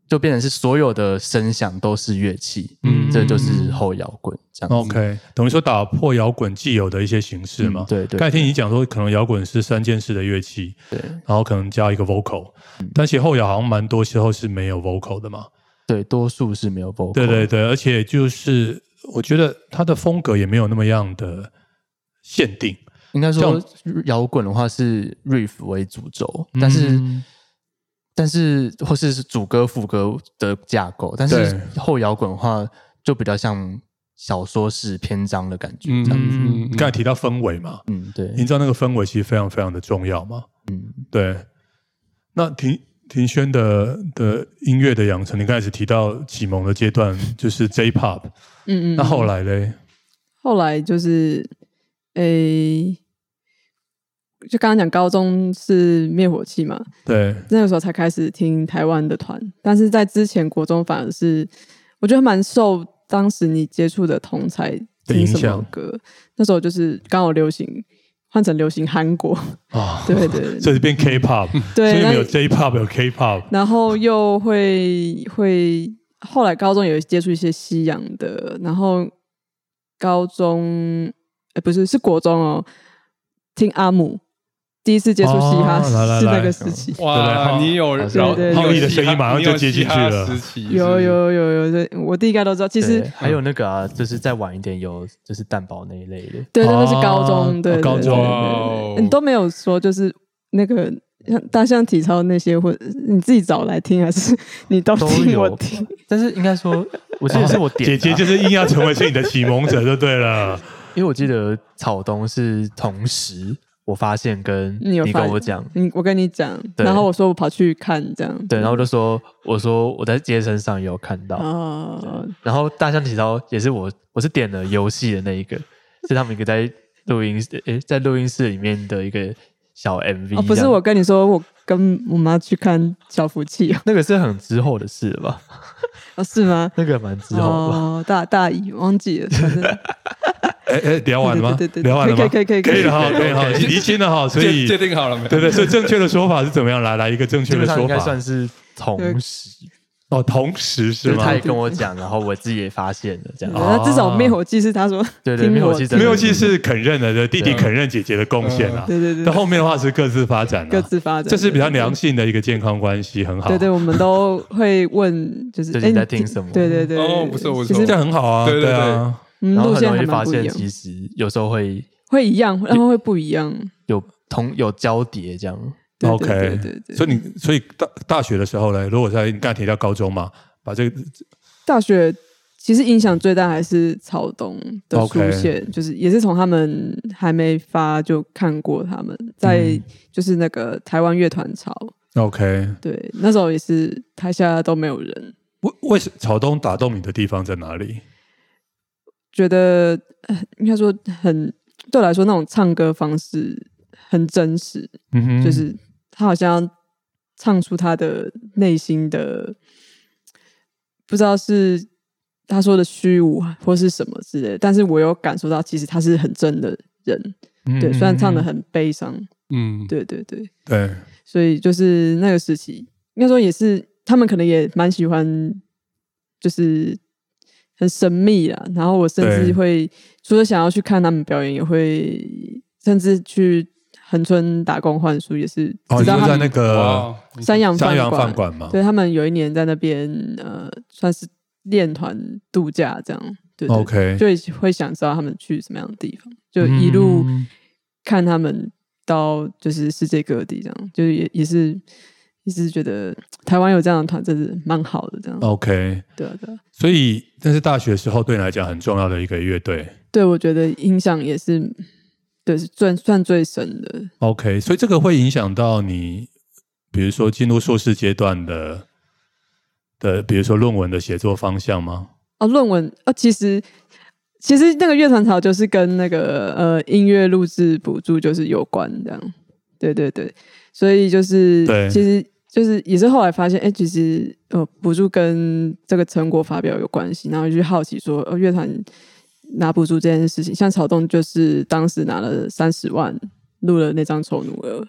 D: 就变成是所有的声响都是乐器，
B: 嗯哦
D: 嗯，这就是后摇滚这样子。
B: OK，等于说打破摇滚既有的一些形式嘛。
D: 嗯对对
B: 刚才听你讲说，可能摇滚是三件式的乐器，
D: 对嗯
B: 然后可能加一个 vocal，、但其实后摇好像蛮多时候是没有 vocal 的嘛。
D: 对，多数是没有 vocal。
B: 对对对，而且就是我觉得它的风格也没有那么样的限定。
D: 应该
B: 这
D: 说
B: 样
D: 摇滚的话是 riff 为主轴，但是、
B: 嗯
D: 但是或是是主歌副歌的架构，但是
B: 对
D: 后摇滚的话就比较像小说式篇章的感觉。
A: 嗯
D: 这样
A: 嗯嗯
B: 刚才提到氛围嘛，
D: 嗯，对，
B: 营造那个氛围其实非常非常的重要嘛。
D: 嗯，
B: 对，那庭庭轩的的音乐的养成，你刚开始提到启蒙的阶段就是 J-pop，、
C: 嗯嗯。
B: 那后来嘞？
C: 后来就是，诶、就刚刚讲高中是灭火器嘛，
B: 对，
C: 那个时候才开始听台湾的团，但是在之前国中反而是我觉得蛮受当时你接触的同才
B: 的
C: 听
B: 影
C: 什么
B: 响
C: 歌，那时候就是刚好流行换成流行韩国，
B: 啊，
C: 对 对
B: 所以变 K-pop，
C: 对
B: 所以你们有
C: 那
B: J-pop 有 K-pop，
C: 然后又会会后来高中有接触一些西洋的，然后高中哎不是是国中哦，听阿姆，第一次接触嘻哈
B: 哦来来
C: 是
B: 来
C: 那个时期，
B: 对对
A: 哇，
B: 好
A: 你有
D: 好
A: 饶
C: 对对
A: 你有
C: 浩
B: 逸的声音
A: 嘻哈
B: 马上就接进去了
A: 你有嘻哈时期
C: 有
A: 是
C: 有有有对，我弟应该都知道，其
D: 其
C: 实
D: 还有那个啊，就是再晚一点有就是蛋堡那一类的。
C: 对，那是高
B: 哦
C: 中，对，对
B: 高
C: 对
B: 中
C: 对
A: 哇
D: 哦
C: 对对你都没有说就是那个像大象体操那些，或你自己找来听，还是你都
D: 都
C: 听
D: 有
C: 我听？
D: 但是应该说，我记得是我点的
B: 姐
D: 啊、
B: 姐就是硬要成为是你的启蒙者就对了。
D: 因为我记得草东是同时我发现跟
C: 你有发
D: 跟我讲，
C: 你我跟你讲，
D: 对
C: 然后我说我跑去看这样，
D: 对，然后我就说我说我在街身上也有看到，
C: 啊，
D: 然后大象体操也是我我是点了游戏的那一个，是他们一个在录音室诶在录音室里面的一个小 MV，、
C: 哦，不是我。跟你说，我跟我妈去看小福 气哦
D: 那个是很之后的事 了吧？
C: 哦，是吗？
D: 那个蛮之后的吧。
C: 哦，大大姨忘记了，反 正
B: 哎哎，聊完了吗
C: 对对对对？对
B: 聊完了吗？
C: 可以可以可以
B: 可以了哈，
C: 可以
B: 可以了哈，
A: 可以
B: 厘清了哈，所
A: 界
B: 以
A: 界
B: 对
A: 定好了没？
B: 对，所以正确的说法是怎么样？来来一个正
D: 基
B: 确的
D: 本上
B: 说
D: 应该算
B: 法
D: 是同时，
B: 哦，同时
D: 就是是
B: 吗
D: 他？也跟我讲，然后我自己也发现了这样。
B: 哦
C: 那至少灭火器是他说，
D: 对对
C: 听
D: 灭火
C: 我
D: 器
C: 听
D: 真的
B: 没有，其实是肯认的，弟弟肯认姐姐的贡献啊。
C: 对对对
B: 但
C: 对，
B: 后面的话是各自发展啊，
C: 各自发展，
B: 这是比较
C: 对对对
B: 良性的一个健康关系，很好。啊
C: 对对，我们都会问，就是
D: 最
C: 哎
D: 近在
C: 你
D: 听什么
C: 对对对，
A: 哦不错不
C: 其
A: 错
C: 实
B: 这样很好啊。
A: 对对对
B: 啊，
C: 嗯
D: 然后
C: 路
D: 很
C: 线
D: 容
C: 还
D: 易发
C: 蛮不一
D: 现，
C: 样，
D: 其实有时候会
C: 会一样，然后会不一样。
D: 有同有交叠这样。
C: 对
B: OK
C: 对对对对。
B: 所以你所以大大学的时候呢，如果在你刚才提到高中嘛，把这
C: 嗯
B: 个
C: 大学其实影响最大还是草东的出
B: OK
C: 现就是也是从他们还没发就看过他们在
B: 嗯
C: 就是那个台湾乐团潮，
B: OK，
C: 对，那时候也是台下都没有人，
B: 为为什草东打动你的地方在哪里？
C: 觉得呃应该说很对我来说那种唱歌方式很真实，
B: 嗯哼
C: 就是他好像唱出他的内心的，不知道是他说的虚无啊或是什么之类的，但是我有感受到，其实他是很真的人，对，虽然唱的
B: 嗯
C: 很悲伤，
A: 嗯，
C: 对对对，
B: 对，
C: 所以就是那个时期，应该说也是他们可能也蛮喜欢，就是很神秘啊。然后我甚
B: 对
C: 至会除了想要去看他们表演，也会甚至去恒春打工换书，也是
B: 哦，
C: 知
B: 你
C: 道
B: 说
C: 他
B: 在
C: 们
B: 那个
A: 哇，
C: 山羊
B: 山羊
C: 馆
B: 饭，馆嘛
C: 对他们有一年在那边呃，算是练团度假这样，对对
B: ，OK，
C: 对就会想知道他们去什么样的地方，就一路
B: 嗯
C: 看他们到就是世界各地这样，就是也也是也是觉得台湾有这样的团，真是蛮好的
B: 哦
C: 这样。
B: OK，
C: 对啊，对啊，
B: 所以那是大学时候对你来讲很重要的一个乐队。
C: 对我觉得影响也是对是算算最深的，
B: OK，所以这个会影响到你，比如说进入硕士阶段的的，比如说论文的写作方向吗？
C: 哦，论文哦，其实其实那个乐团潮就是跟那个呃音乐录制补助就是有关这样，对对对，所以就是
B: 对
C: 其实就是也是后来发现，哎、其实呃补助跟这个成果发表有关系，然后就好奇说，呃，乐团拿补助这件事情，像草东就是当时拿了三十万录了那张《丑奴儿》，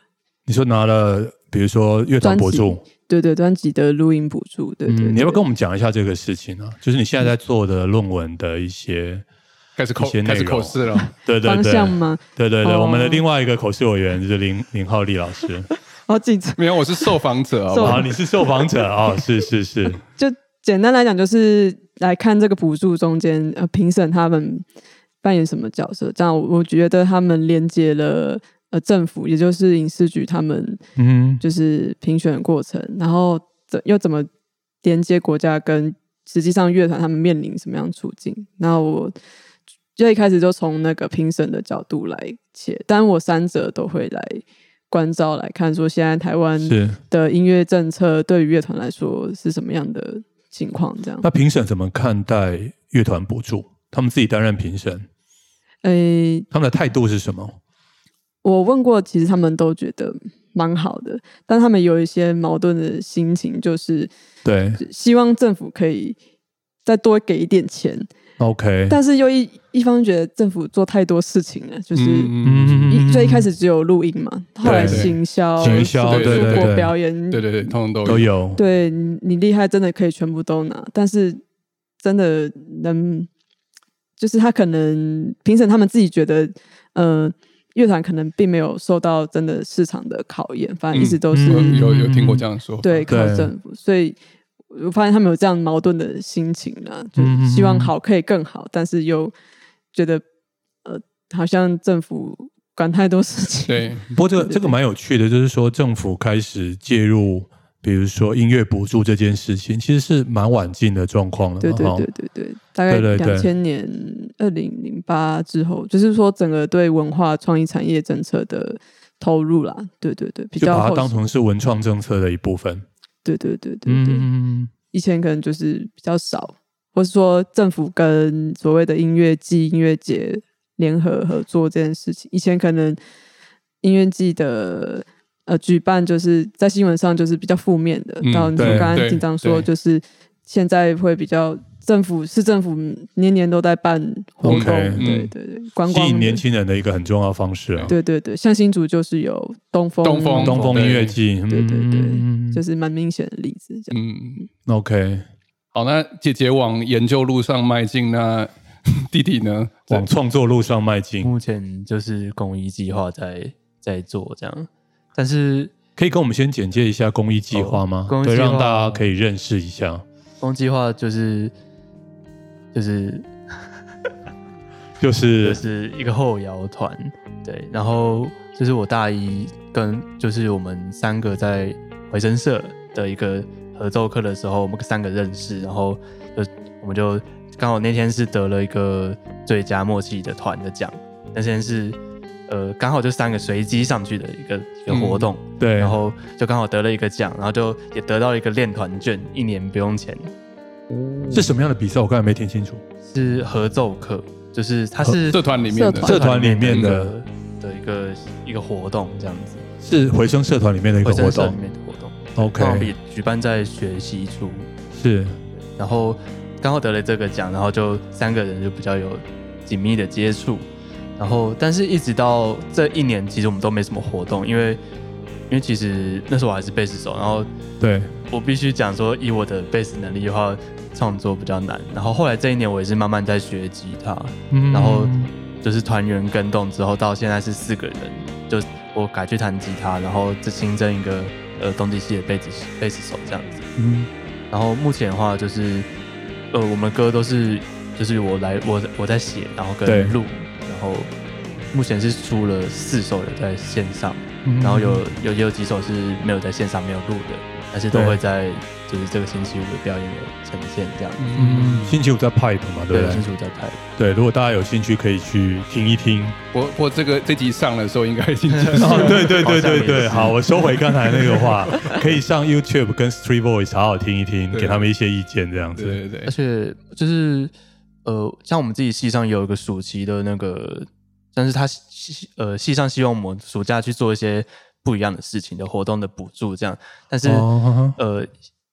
B: 你说拿了，比如说乐团
C: 专辑
B: 博主，
C: 对对，专辑的录音补助，对对
B: 嗯，你要不要
C: 对
B: 跟我们讲一下这个事情呢、就是你现在在做的论文的一些，
A: 开始口
B: 一些内
A: 开始
B: 容
A: 口试了，
B: 对对
C: 方
B: 对，
C: 向吗？
B: 对对对，
C: 哦
B: 我们的另外一个口试委员就是林林浩利老 师，
C: 好紧张。
A: 没有，我是受访 者，好不
C: 受
A: 好
B: 啊，你是受访者啊、哦，是是是，
C: 就简单来讲，就是来看这个补助中间，呃，评审他们扮演什么角色。这样，我我觉得他们连接了呃政府，也就是影视局他们
B: 嗯，
C: 就是评选的过程，然后怎又怎么连接国家跟实际上乐团他们面临什么样的处境？然后我就一开始就从那个评审的角度来切，但我三者都会来关照来看，说现在台湾
B: 是。
C: 的音乐政策对于乐团来说是什么样的情况？这样，
A: 呃
B: 那评审怎么看待乐团补助？他们自己担任评审，
C: 诶、
B: 他们的态度是什么？
C: 我问过，其实他们都觉得蛮好的，但他们有一些矛盾的心情，就是
B: 对
C: 希望政府可以再多给一点钱，
B: ，OK，
C: 但是又一一方觉得政府做太多事情了，就是
A: 嗯嗯嗯，
C: 一、最一开始只有录音嘛，后来
B: 对
C: 行销、
B: 行销
A: 对
C: 出
A: 对
C: 出
A: 对
C: 国
B: 对
C: 表演，
A: 对对对，通通
B: 嗯都
A: 都有，
B: 有，
C: 对你你厉害，真的可以全部都拿，但是真的能，就是他可能评审他们自己觉得，呃，乐团可能并没有受到真的市场的考验，反正一直都是、
B: 嗯
A: 有有听过这样说法，
C: 对靠
B: 对
C: 政府，所以我发现他们有这样矛盾的心情啦，就
B: 嗯嗯嗯
C: 希望好可以更好，但是又觉得呃，好像政府管太多事情，
A: 对，
B: 不过这个这个蛮有趣的，就是说政府开始介入，比如说音乐补助这件事情，其实是蛮晚进的状况了嘛。
C: 对对
B: 哈
C: 对对对，大概
B: 对对对
C: 两千年二零零八之后，就是说整个对文化创意产业政策的投入啦，对对对，比
B: 就
C: 较
B: 把它
C: 后
B: 当
C: 期
B: 成是文创政策的一部分。
C: 对对对对对，
B: 嗯，
C: 以前可能就是比较少，或是说政府跟所谓的音乐季、音乐节联合合作这件事情，以前可能音乐季的。呃，举办就是在新闻上就是比较负面的，
A: 嗯
C: 到你
B: 对
C: 刚刚
A: 对
C: 经常说，
A: 对
C: 就是现在会比较政府市政府年年都在办活动
B: OK，
C: 对
A: 嗯
C: 对对，观
B: 吸
C: 光
B: 引年轻人的一个很重要方式啊。
C: 对对对，像新竹就是有东风
A: 东风
B: 东风音乐季，对
C: 对对对
B: 嗯、
C: 就是蛮明显的例子，这样
A: 嗯。
B: OK，
A: 好，那姐姐往研究路上迈进，那 弟弟呢？
B: 往创作路上迈进，
D: 目前就是公益计划在在做这样，但是
B: 可以跟我们先简介一下公益计划吗
D: 哦？公益
B: 对，
D: 计划
B: 让大家可以认识一下。
D: 公益计划就是就是
B: 就是
D: 就是一个后摇团，对，然后就是我大一跟就是我们三个在回声社的一个合奏课的时候，我们三个认识，然后就我们就刚好那天是得了一个最佳默契的团的奖，那天是呃刚好就三个随机上去的一个一个活动，
B: 嗯对，
D: 然后就刚好得了一个奖，然后就也得到一个练团券，一年不用钱，
B: 是什么样的比赛？我刚才没听清楚。
D: 是合奏课，就是它是
A: 社团里面的
C: 社
B: 社团里面
D: 的
B: 的
D: 的一个一个活动，这样子，
B: 是回声社团里面的一个
D: 回
B: 活
D: 声社里
B: 动。
D: 面的活动。刚好
B: OK，
D: 也举办在学习处，
B: 是
D: 然后刚好得了这个奖，然后就三个人就比较有紧密的接触，然后但是一直到这一年，其实我们都没什么活动，因为因为其实那时候我还是贝斯手，然后
B: 对，
D: 我必须讲说，以我的贝斯能力的话，创作比较难。然后后来这一年我也是慢慢在学吉他，
B: 嗯
D: 然后就是团员跟动之后，到现在是四个人，就我改去弹吉他，然后就新增一个呃东极系的贝斯贝斯手这样子。
B: 嗯
D: 然后目前的话就是，呃，我们歌都是就是我来我我在写，然后
B: 对
D: 跟录，然后目前是出了四首有在线上，
B: 嗯
D: 然后有有也有几首是没有在线上没有录的，但是都
B: 对
D: 会在就是这个星期五的表演有呈现这样。
B: 嗯，星期五在 Pipe 嘛，对不
D: 星
B: 对？
D: 期五在拍。
B: 对，如果大家有兴趣，可以去听一听。
A: 我我这个这集上的时候应该已经结束
B: 哦，
A: 了。
B: 对对
D: 好
B: 对
D: 像
B: 对
D: 也
B: 对，
D: 是
B: 好，我收回刚才那个话，可以上 YouTube 跟 Street Voice 好好听一听，
A: 对
B: 给他们一些意见，这样子。
A: 对对
D: 而
A: 对，
D: 且就是呃，像我们自己系上也有一个暑期的那个，但是他系呃系上希望我们暑假去做一些不一样的事情的活动的补助这样。但是、
B: 哦呵呵
D: 呃，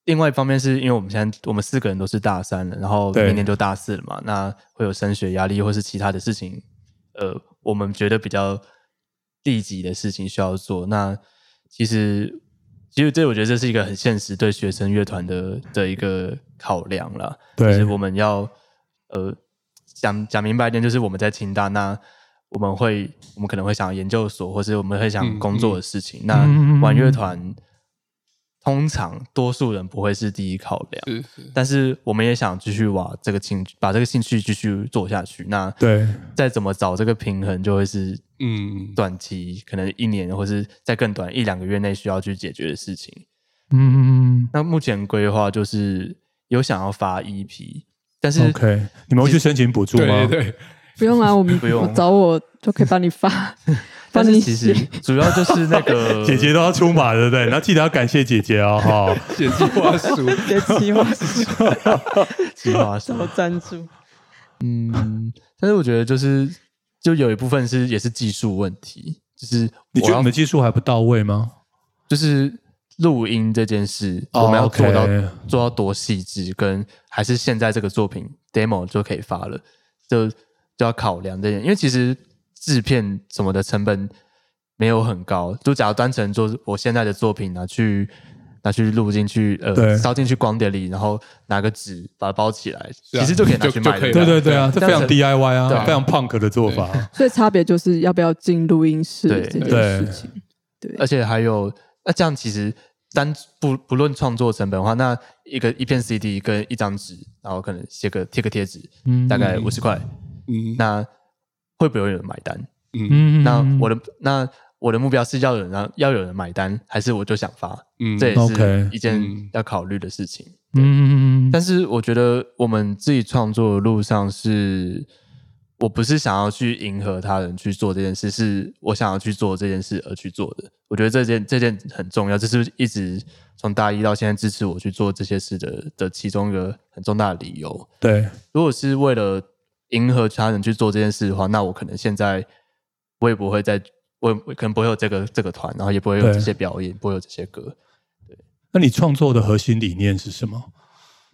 D: 另外一方面是因为我们现在我们四个人都是大三了，然后
B: 对
D: 明年就大四了嘛，那会有升学压力或是其他的事情，呃，我们觉得比较立即的事情需要做。那其实，其实这我觉得这是一个很现实对学生乐团的的一个考量了。就是
B: 对，
D: 我们要呃讲讲明白一点，就是我们在清大，那我们会我们可能会想研究所，或是我们会想
A: 嗯
D: 工作的事情。
B: 嗯嗯嗯
D: 那玩乐团通常多数人不会是第一考量，
A: 是是
D: 但是我们也想继续往这个兴把这个兴趣继续做下去。那
B: 对，
D: 再怎么找这个平衡，就会是
A: 嗯
D: 短期可能一年，或是在更短一两个月内需要去解决的事情。
B: 嗯嗯嗯
D: 那目前规划就是有想要发 EP，但是
B: 嗯，OK，你们会去申请补助
A: 对？
B: 吗
A: 对，
C: 不用啊，我们
D: 不用
C: 我找我就可以帮你发，帮
D: 但是
C: 你
D: 其实
C: 写。
D: 主要就是那 个
B: 姐姐都要出马，对不对？然后记得要感谢姐姐哦，哈。
A: 写计划书，
C: 写计划
D: 计划书，
C: 找赞助，
D: 嗯，但是我觉得就是就有一部分是也是技术问题，就是
B: 你觉
D: 我
B: 得
D: 要
B: 你们技术还不到位吗？
D: 就是录音这件事，
B: 哦
D: 我们要做到
B: OK
D: 做到多细致，跟还是现在这个作品 demo 就可以发了，就就要考量这点，因为其实制片什么的成本没有很高，就假如单纯做我现在的作品拿去。拿去录进去，
B: 对
D: 呃，烧进去光碟里，然后拿个纸把它包起来，
A: 是啊
D: 其实就可以拿
A: 就
D: 去卖
A: 就可以
D: 了。
A: 对
B: 对
A: 啊
B: 对对啊，这
D: 这
B: 非
D: 样
B: 常
D: 子
B: DIY
D: 对
B: 啊，
D: 啊
B: 非常 punk 的做法。
C: 所以差别就是要不要进录音室
D: 对
C: 这件
B: 对
C: 事情。对，
D: 而且还有，那这样其实单不不论创作成本的话，那一个一片 CD 跟一张纸，然后可能写个贴个贴纸，
B: 嗯
D: 大概五十块，
A: 嗯
D: 那会不会有人买单？
B: 嗯
D: 那我
B: 的
D: 的那我的目标是要有人让要有人买单，还是我就想发？
A: 嗯，
D: 这也
B: OK，
D: 是一件
A: 嗯
D: 要考虑的事情。
B: 嗯嗯嗯
D: 但是我觉得我们自己创作的路上是，我不是想要去迎合他人去做这件事，是我想要去做这件事而去做的。我觉得这件这件很重要，这是一直从大一到现在支持我去做这些事的的其中一个很重大的理由。
B: 对
D: 如果是为了迎合他人去做这件事的话，那我可能现在我也不会再，我也我可能不会有这个这个团，然后也不会有
B: 对
D: 这些表演，不会有这些歌。
B: 那你创作的核心理念是什么？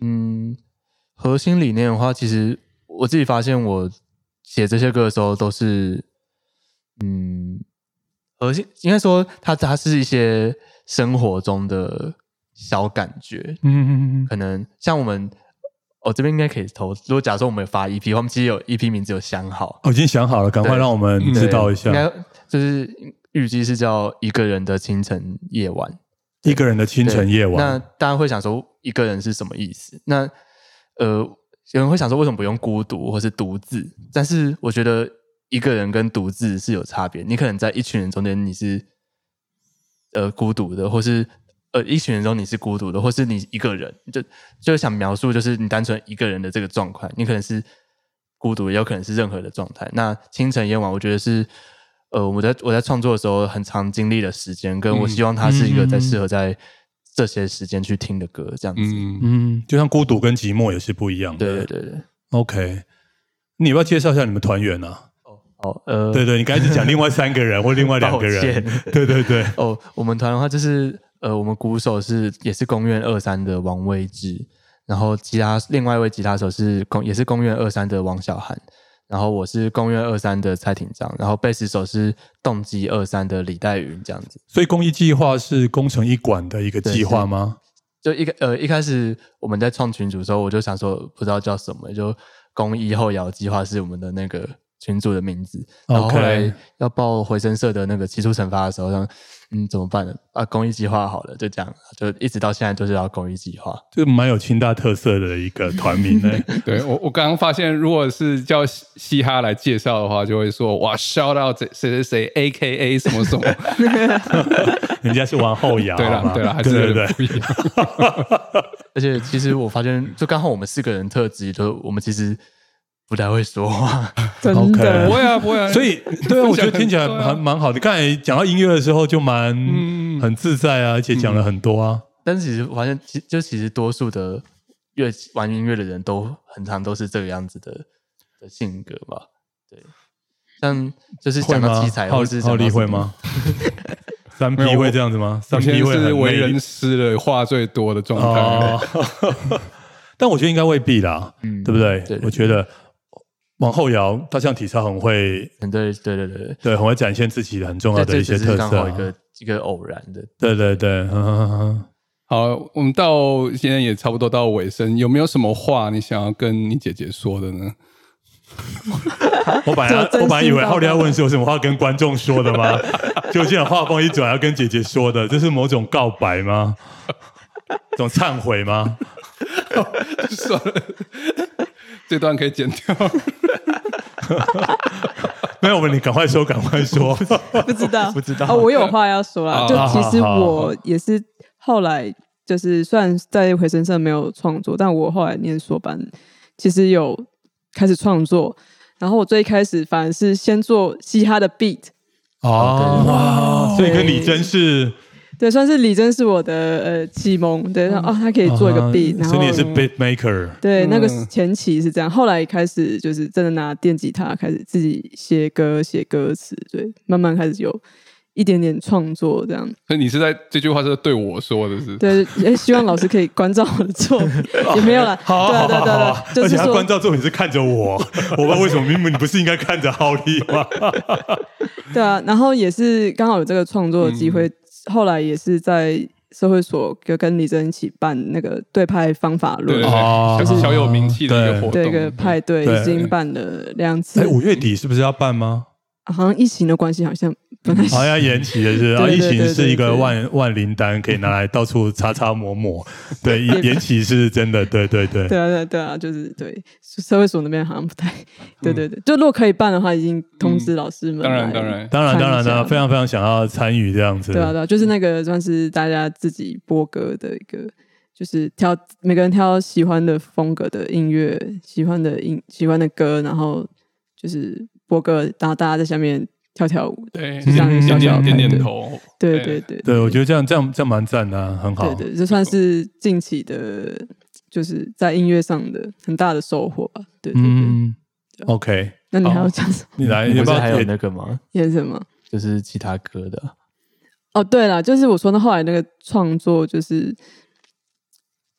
D: 嗯，核心理念的话，其实我自己发现，我写这些歌的时候都是，嗯，核心应该说它它是一些生活中的小感觉，
B: 嗯嗯嗯
D: 可能像我们，我、这边应该可以投。如果假如说我们有发 EP，我们其实有 EP 名字有想好，
B: 哦我已经想好了，赶快
D: 对嗯
B: 让我们
D: 对
B: 知道一下
D: 应。该就是预计是叫一个人的清晨夜晚。
B: 一个人的清晨
D: 对
B: 夜晚，
D: 那大家会想说，一个人是什么意思？那呃，有人会想说，为什么不用孤独或是独自？但是我觉得一个人跟独自是有差别。你可能在一群人中间你是呃孤独的，或是呃一群人中你是孤独的，或是你一个人，就就想描述就是你单纯一个人的这个状况，你可能是孤独，也有可能是任何的状态。那清晨夜晚，我觉得是。呃，我在我在创作的时候，很常经历的时间，跟我
A: 嗯
D: 希望它是一个在
B: 嗯
D: 适合在这些时间去听的歌，这样子。
A: 嗯，
B: 嗯，就像孤独跟寂寞也是不一样的。
D: 对对对对。
B: OK，你要不要介绍一下你们团员呢？
D: 哦，呃，
B: 对对，你刚才只讲另外三 个人或另外两个人
D: 抱歉。
B: 对对对，
D: 哦，我们团的话就是呃，我们鼓手是也是公院二三的王威志，然后吉他另外一位吉他手是公也是公院二三的王小涵，然后我是公院二三的蔡廷章，然后贝斯手是动机二三的李代云，这样子。
B: 所以公益计划是工程一馆的一个计划吗？
D: 就一个呃一开始我们在创群组的时候，我就想说不知道叫什么，就公益后摇计划是我们的那个群组的名字。然后
B: OK
D: 后来要报回声社的那个期初惩罚的时候，想嗯怎么办呢？啊，公益计划好了，就这样，就一直到现在都是要公益计划。
B: 这蛮有清大特色的一个团 名呢。
A: 对我我刚刚发现，如果是叫嘻嘻哈来介绍的话，就会说哇，shout out 谁谁谁，A K A 什 么什么，
B: 人家是玩后摇，
A: 对
B: 好吗
A: 啦对啦，还是
B: 对
A: 有
B: 对
A: 点
B: 对
A: 不一样，
D: 而且其实我发现，就刚好我们四个人特质，就是我们其实不太会说话。
C: 真
B: OK
A: 不
C: 的
A: 会啊不会啊，
B: 所以，对啊，我觉得听起来
A: 对啊
B: 还蛮好的。刚才讲到音乐的时候，就蛮
A: 嗯
B: 很自在啊，而且讲了很多啊。
D: 但是其实我发现，其就其实多数的乐玩音乐的人都很常都是这个样子的的性格吧。对，像就是
B: 会
D: 讲到
B: 吗
D: 器材，
B: 浩
D: 或是讲
B: 浩
D: 到
B: 力
D: 什么
B: 会吗？三 P 会这样子吗？
A: 我
B: 三
A: 现
B: P
A: 在
B: 会
A: 是
B: 很
A: 为
B: 内
A: 人师了，话最多的状态。
B: 哦，但我觉得应该未必啦，
D: 嗯
B: 对不对？
D: 对对
B: 我觉得往后摇，他像体操很会，
D: 嗯对对对对对，
B: 对，很会展现自己的很重要
D: 这
B: 的
D: 这
B: 一些
D: 只
B: 特
D: 是刚
B: 色
D: 好
B: 啊。
D: 一个一个偶然的，
B: 对对对， 嗯嗯嗯
A: 好，我们到现在也差不多到尾声，有没有什么话你想要跟你姐姐说的呢？
B: 嗯我本来
C: 这真心
D: 啊
B: 我本来以为
C: 话
B: 浩利要问是有什么话跟观众说的吗？ 就这样话锋一转，要跟姐姐说的，这是某种告白吗？ 这种忏悔吗？
A: 算了，这段可以剪掉。
B: 没有，我们你赶快说，赶快说。
C: 不知 道，
B: 不知道
C: 哦，我有话要说
A: 啊
C: 啦。就其实
B: 好好好
C: 我也是后来，就是虽然在回声社没有创作，但我后来念硕班，其实有开始创作。然后我最一开始反而是先做嘻哈的 beat，
B: 哦，哇！所以跟李真是
C: 对，算是李真是我的呃启蒙，对，然后哦，他可以做一个 beat，、然
B: 啊所以
C: 后
B: 你也是 beat maker。
C: 对，那个
A: 嗯
C: 前期是这样，后来开始就是真的拿电吉他开始自己写歌、写歌词，对，慢慢开始有一点点创作这样。
A: 所以你是在这句话是对我说的是？
C: 对，也希望老师可以关照我的作 品，也没有啦。
B: 好
C: 对
B: 好
C: 啊对
B: 好好
C: 啊对啊对
B: 好
C: 啊，就
B: 而
C: 是
B: 且他
C: 说
B: 关，照作品是看着我， 我不知道为什么，明明你不是应该看着浩利 吗？
C: 对啊，然后也是刚好有这个创作的机会，
B: 嗯
C: 后来也是在社会所就跟李真一起办那个对派方法
A: 对对
C: 论
A: 对，
B: 哦
A: 小小有名气的一个活
B: 对
A: 动，
C: 对一个派对
B: 对嗯
C: 已经办了两次
B: 哎，，五月底是不是要办吗？
C: 好像疫情的关系好像 不太行
B: 好，要延期的是，啊，
C: 对对
B: 疫
C: 对
B: 情
C: 对
B: 是一个
C: 对
B: 万万灵丹，可以拿来到处擦擦抹 抹。对，
C: 也
B: 延期是真的，对对对。
C: 对啊，对啊，对啊，就是对社会所那边好像不太， 对对对，就如果可以办的话，已经通知老师
A: 嗯
C: 们、
A: 当然当，然，
B: 当然，
C: 参
B: 当然
C: 加
B: 呢，非常非常想要参与这样子。
C: 对啊，对啊，就是那个算是大家自己播歌的一个，就是挑每个人挑喜欢的风格的音乐，喜欢的音喜欢的歌，然后就是播歌，然后大家在下面跳跳舞，
A: 对，
C: 就像一个
A: 点
C: 小小
A: 点点
C: 的派
A: 点
C: 对，
A: 头，
C: 对
A: 对
C: 对对
B: 对，我觉得这样这样这样蛮赞的啊，很好
C: 对。对，这算是近期的，就是在音乐上的很大的收获吧。对对对，
B: 嗯，OK，
C: 那你还要讲什么？
B: 你来，
D: 你
B: 要
D: 不
B: 不
D: 是
B: 要
D: 还有
B: 也
D: 那个吗？
C: 演什么？
D: 就是其他歌的啊，
C: 哦，对了，就是我说的后来那个创作，就是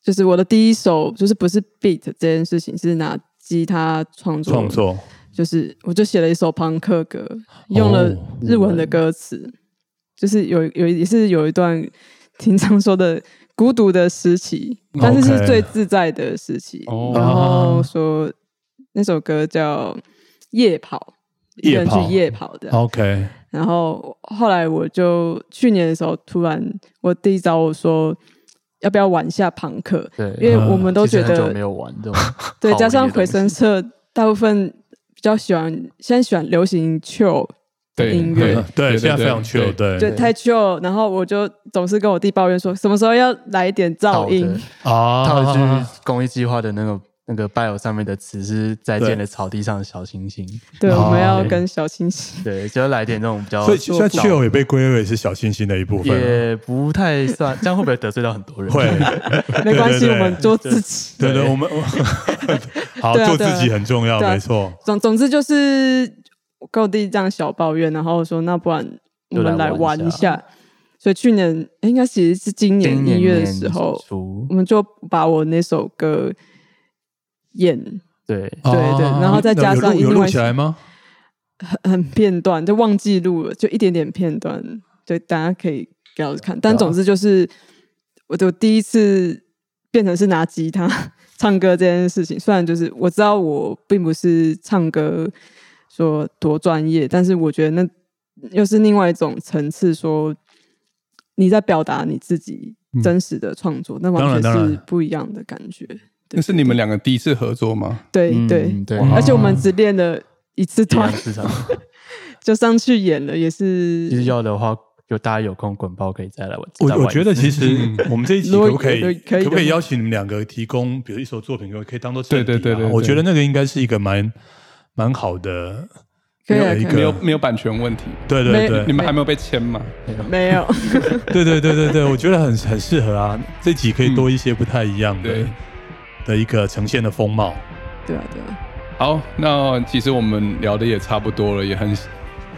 C: 就是我的第一首，就是不是 beat 这件事情，是拿吉他创作。
B: 创，作？
C: 就是我就写了一首朋克歌，用了
B: 哦
C: 日文的歌词，就是有有也是有一段挺常说的孤独的时期，但是是
B: OK 啊
C: 最自在的时期。
A: 哦
C: 然后说那首歌叫《夜跑》，一个人去
B: 夜跑哦
C: 夜跑的。
B: OK，
C: 然后后来我就去年的时候，突然我弟找我说，要不要玩一下朋克？
D: 对，啊
C: 因为我们都
D: 其
C: 觉
D: 实很久
C: 得，
D: 没有玩这种，
C: 对，加上回声，社大部分比较喜欢，现在喜欢流行 chill，
A: 对
C: 音乐
A: 对
B: 对，现在非常
A: 对
B: chill，对
C: 对，太 chill。然后我就总是跟我弟抱怨说，什么时候要来一点噪音？
B: 啊
D: 套一句公益计划的那个那个 bio 上面的词是“再见
B: 对
D: 了草地上的小星星
C: 对，
B: 哦
C: 我们要跟小清新”，。
D: 对，就要来点那种比较
B: 所以现在 chill 也被归类是小清新的一部分。啊
D: 也不太算，这样会不会得罪到很多 人？
B: 会，
C: 没关系，
B: 对对
C: 我们做自己。
B: 对对，
D: 对
B: 我们 好
C: 对啊
B: 做
C: 对啊
B: 自己很重要，
C: 对啊
B: 没错。
C: 总总之就是我跟我弟这样小抱怨，然后说那不然我们来玩
D: 就来玩
C: 一
D: 一
C: 下
D: 下。
C: 所以去年诶应该其实是今
D: 今
C: 年
D: 年
C: 一月的
D: 年
C: 时候，
D: 初
C: 我，们就把我那首歌演
D: 对，
C: 对对
B: 啊
C: 然后再加上
B: 有录有
C: 另
B: 录
C: 外
B: 起来吗？
C: 很很片段，就忘记录了，就一点点片段，对，大家可以给老师看。但
D: 对啊
C: 总之就是，我我第一次变成是拿吉他唱歌这件事情，虽然就是我知道我并不是唱歌说多专业，但是我觉得那又是另外一种层次说。你在表达你自己真实的创作，那
B: 当然
C: 完全
B: 当然
C: 是不一样的感觉。对
A: 那是你们两个第一次合作吗？
C: 对
D: 嗯
C: 对，
D: 对，
B: 哇
C: 而且我们只练了一次
D: 地
C: 团
D: 方，市场，
C: 就上去演了，也是
D: 其实要的话，有大家有空滚包可以再来玩。再
B: 我
D: 玩
B: 我
D: 一
B: 觉得其
D: 次
B: 实我们这一期
C: 如果
B: 可不可以
C: 有的可以
B: 不可以
C: 有的
B: 邀请你们两个提供，比如一首作品，给我可以当做衬底啊
A: 对对对对对
B: 我觉得那个应该是一个蛮蛮好的，
C: 可以啊
B: 有一
C: 可以啊
A: 没
B: 个
A: 有没有版权问题，
B: 对对
C: 没
B: 对
A: 你们还没有被签吗？
C: 没有，
B: 对对对对对，我觉得很很适合啊，这集可以多一些不太一样的、
A: 对
B: 的一个呈现的风貌。
C: 对啊，对啊，
A: 好，那其实我们聊的也差不多了，也很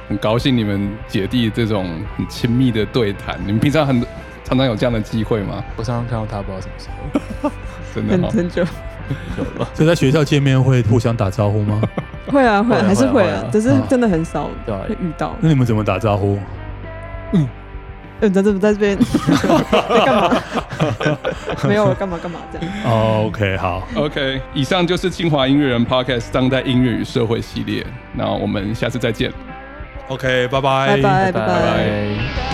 A: 很高兴你们姐弟这种很亲密的对谈。你们平常很常常有这样的机会吗？
D: 我常常看到他，不知道什么时候
A: 真的
C: 很
A: 哈、
C: 很久，
D: 有了，
B: 所以在学校见面会互相打招呼 吗？
C: 会啊会
D: 会
C: 啊，
D: 啊
C: 还是
D: 会
C: 会
D: 啊
C: 啊
D: 会啊，
C: 只是
B: 啊
C: 真的很少
D: 对啊
C: 会遇到。
B: 那你们怎么打招呼？
C: 嗯，在这在这边 在干嘛？ 没有干嘛干嘛这样。
B: 哦，OK，好，
A: OK，以上就是清华音乐人 Podcast 当代音乐与社会系列。那我们下次再见。
B: OK，拜
C: 拜拜拜
D: 拜
C: 拜。
D: 拜。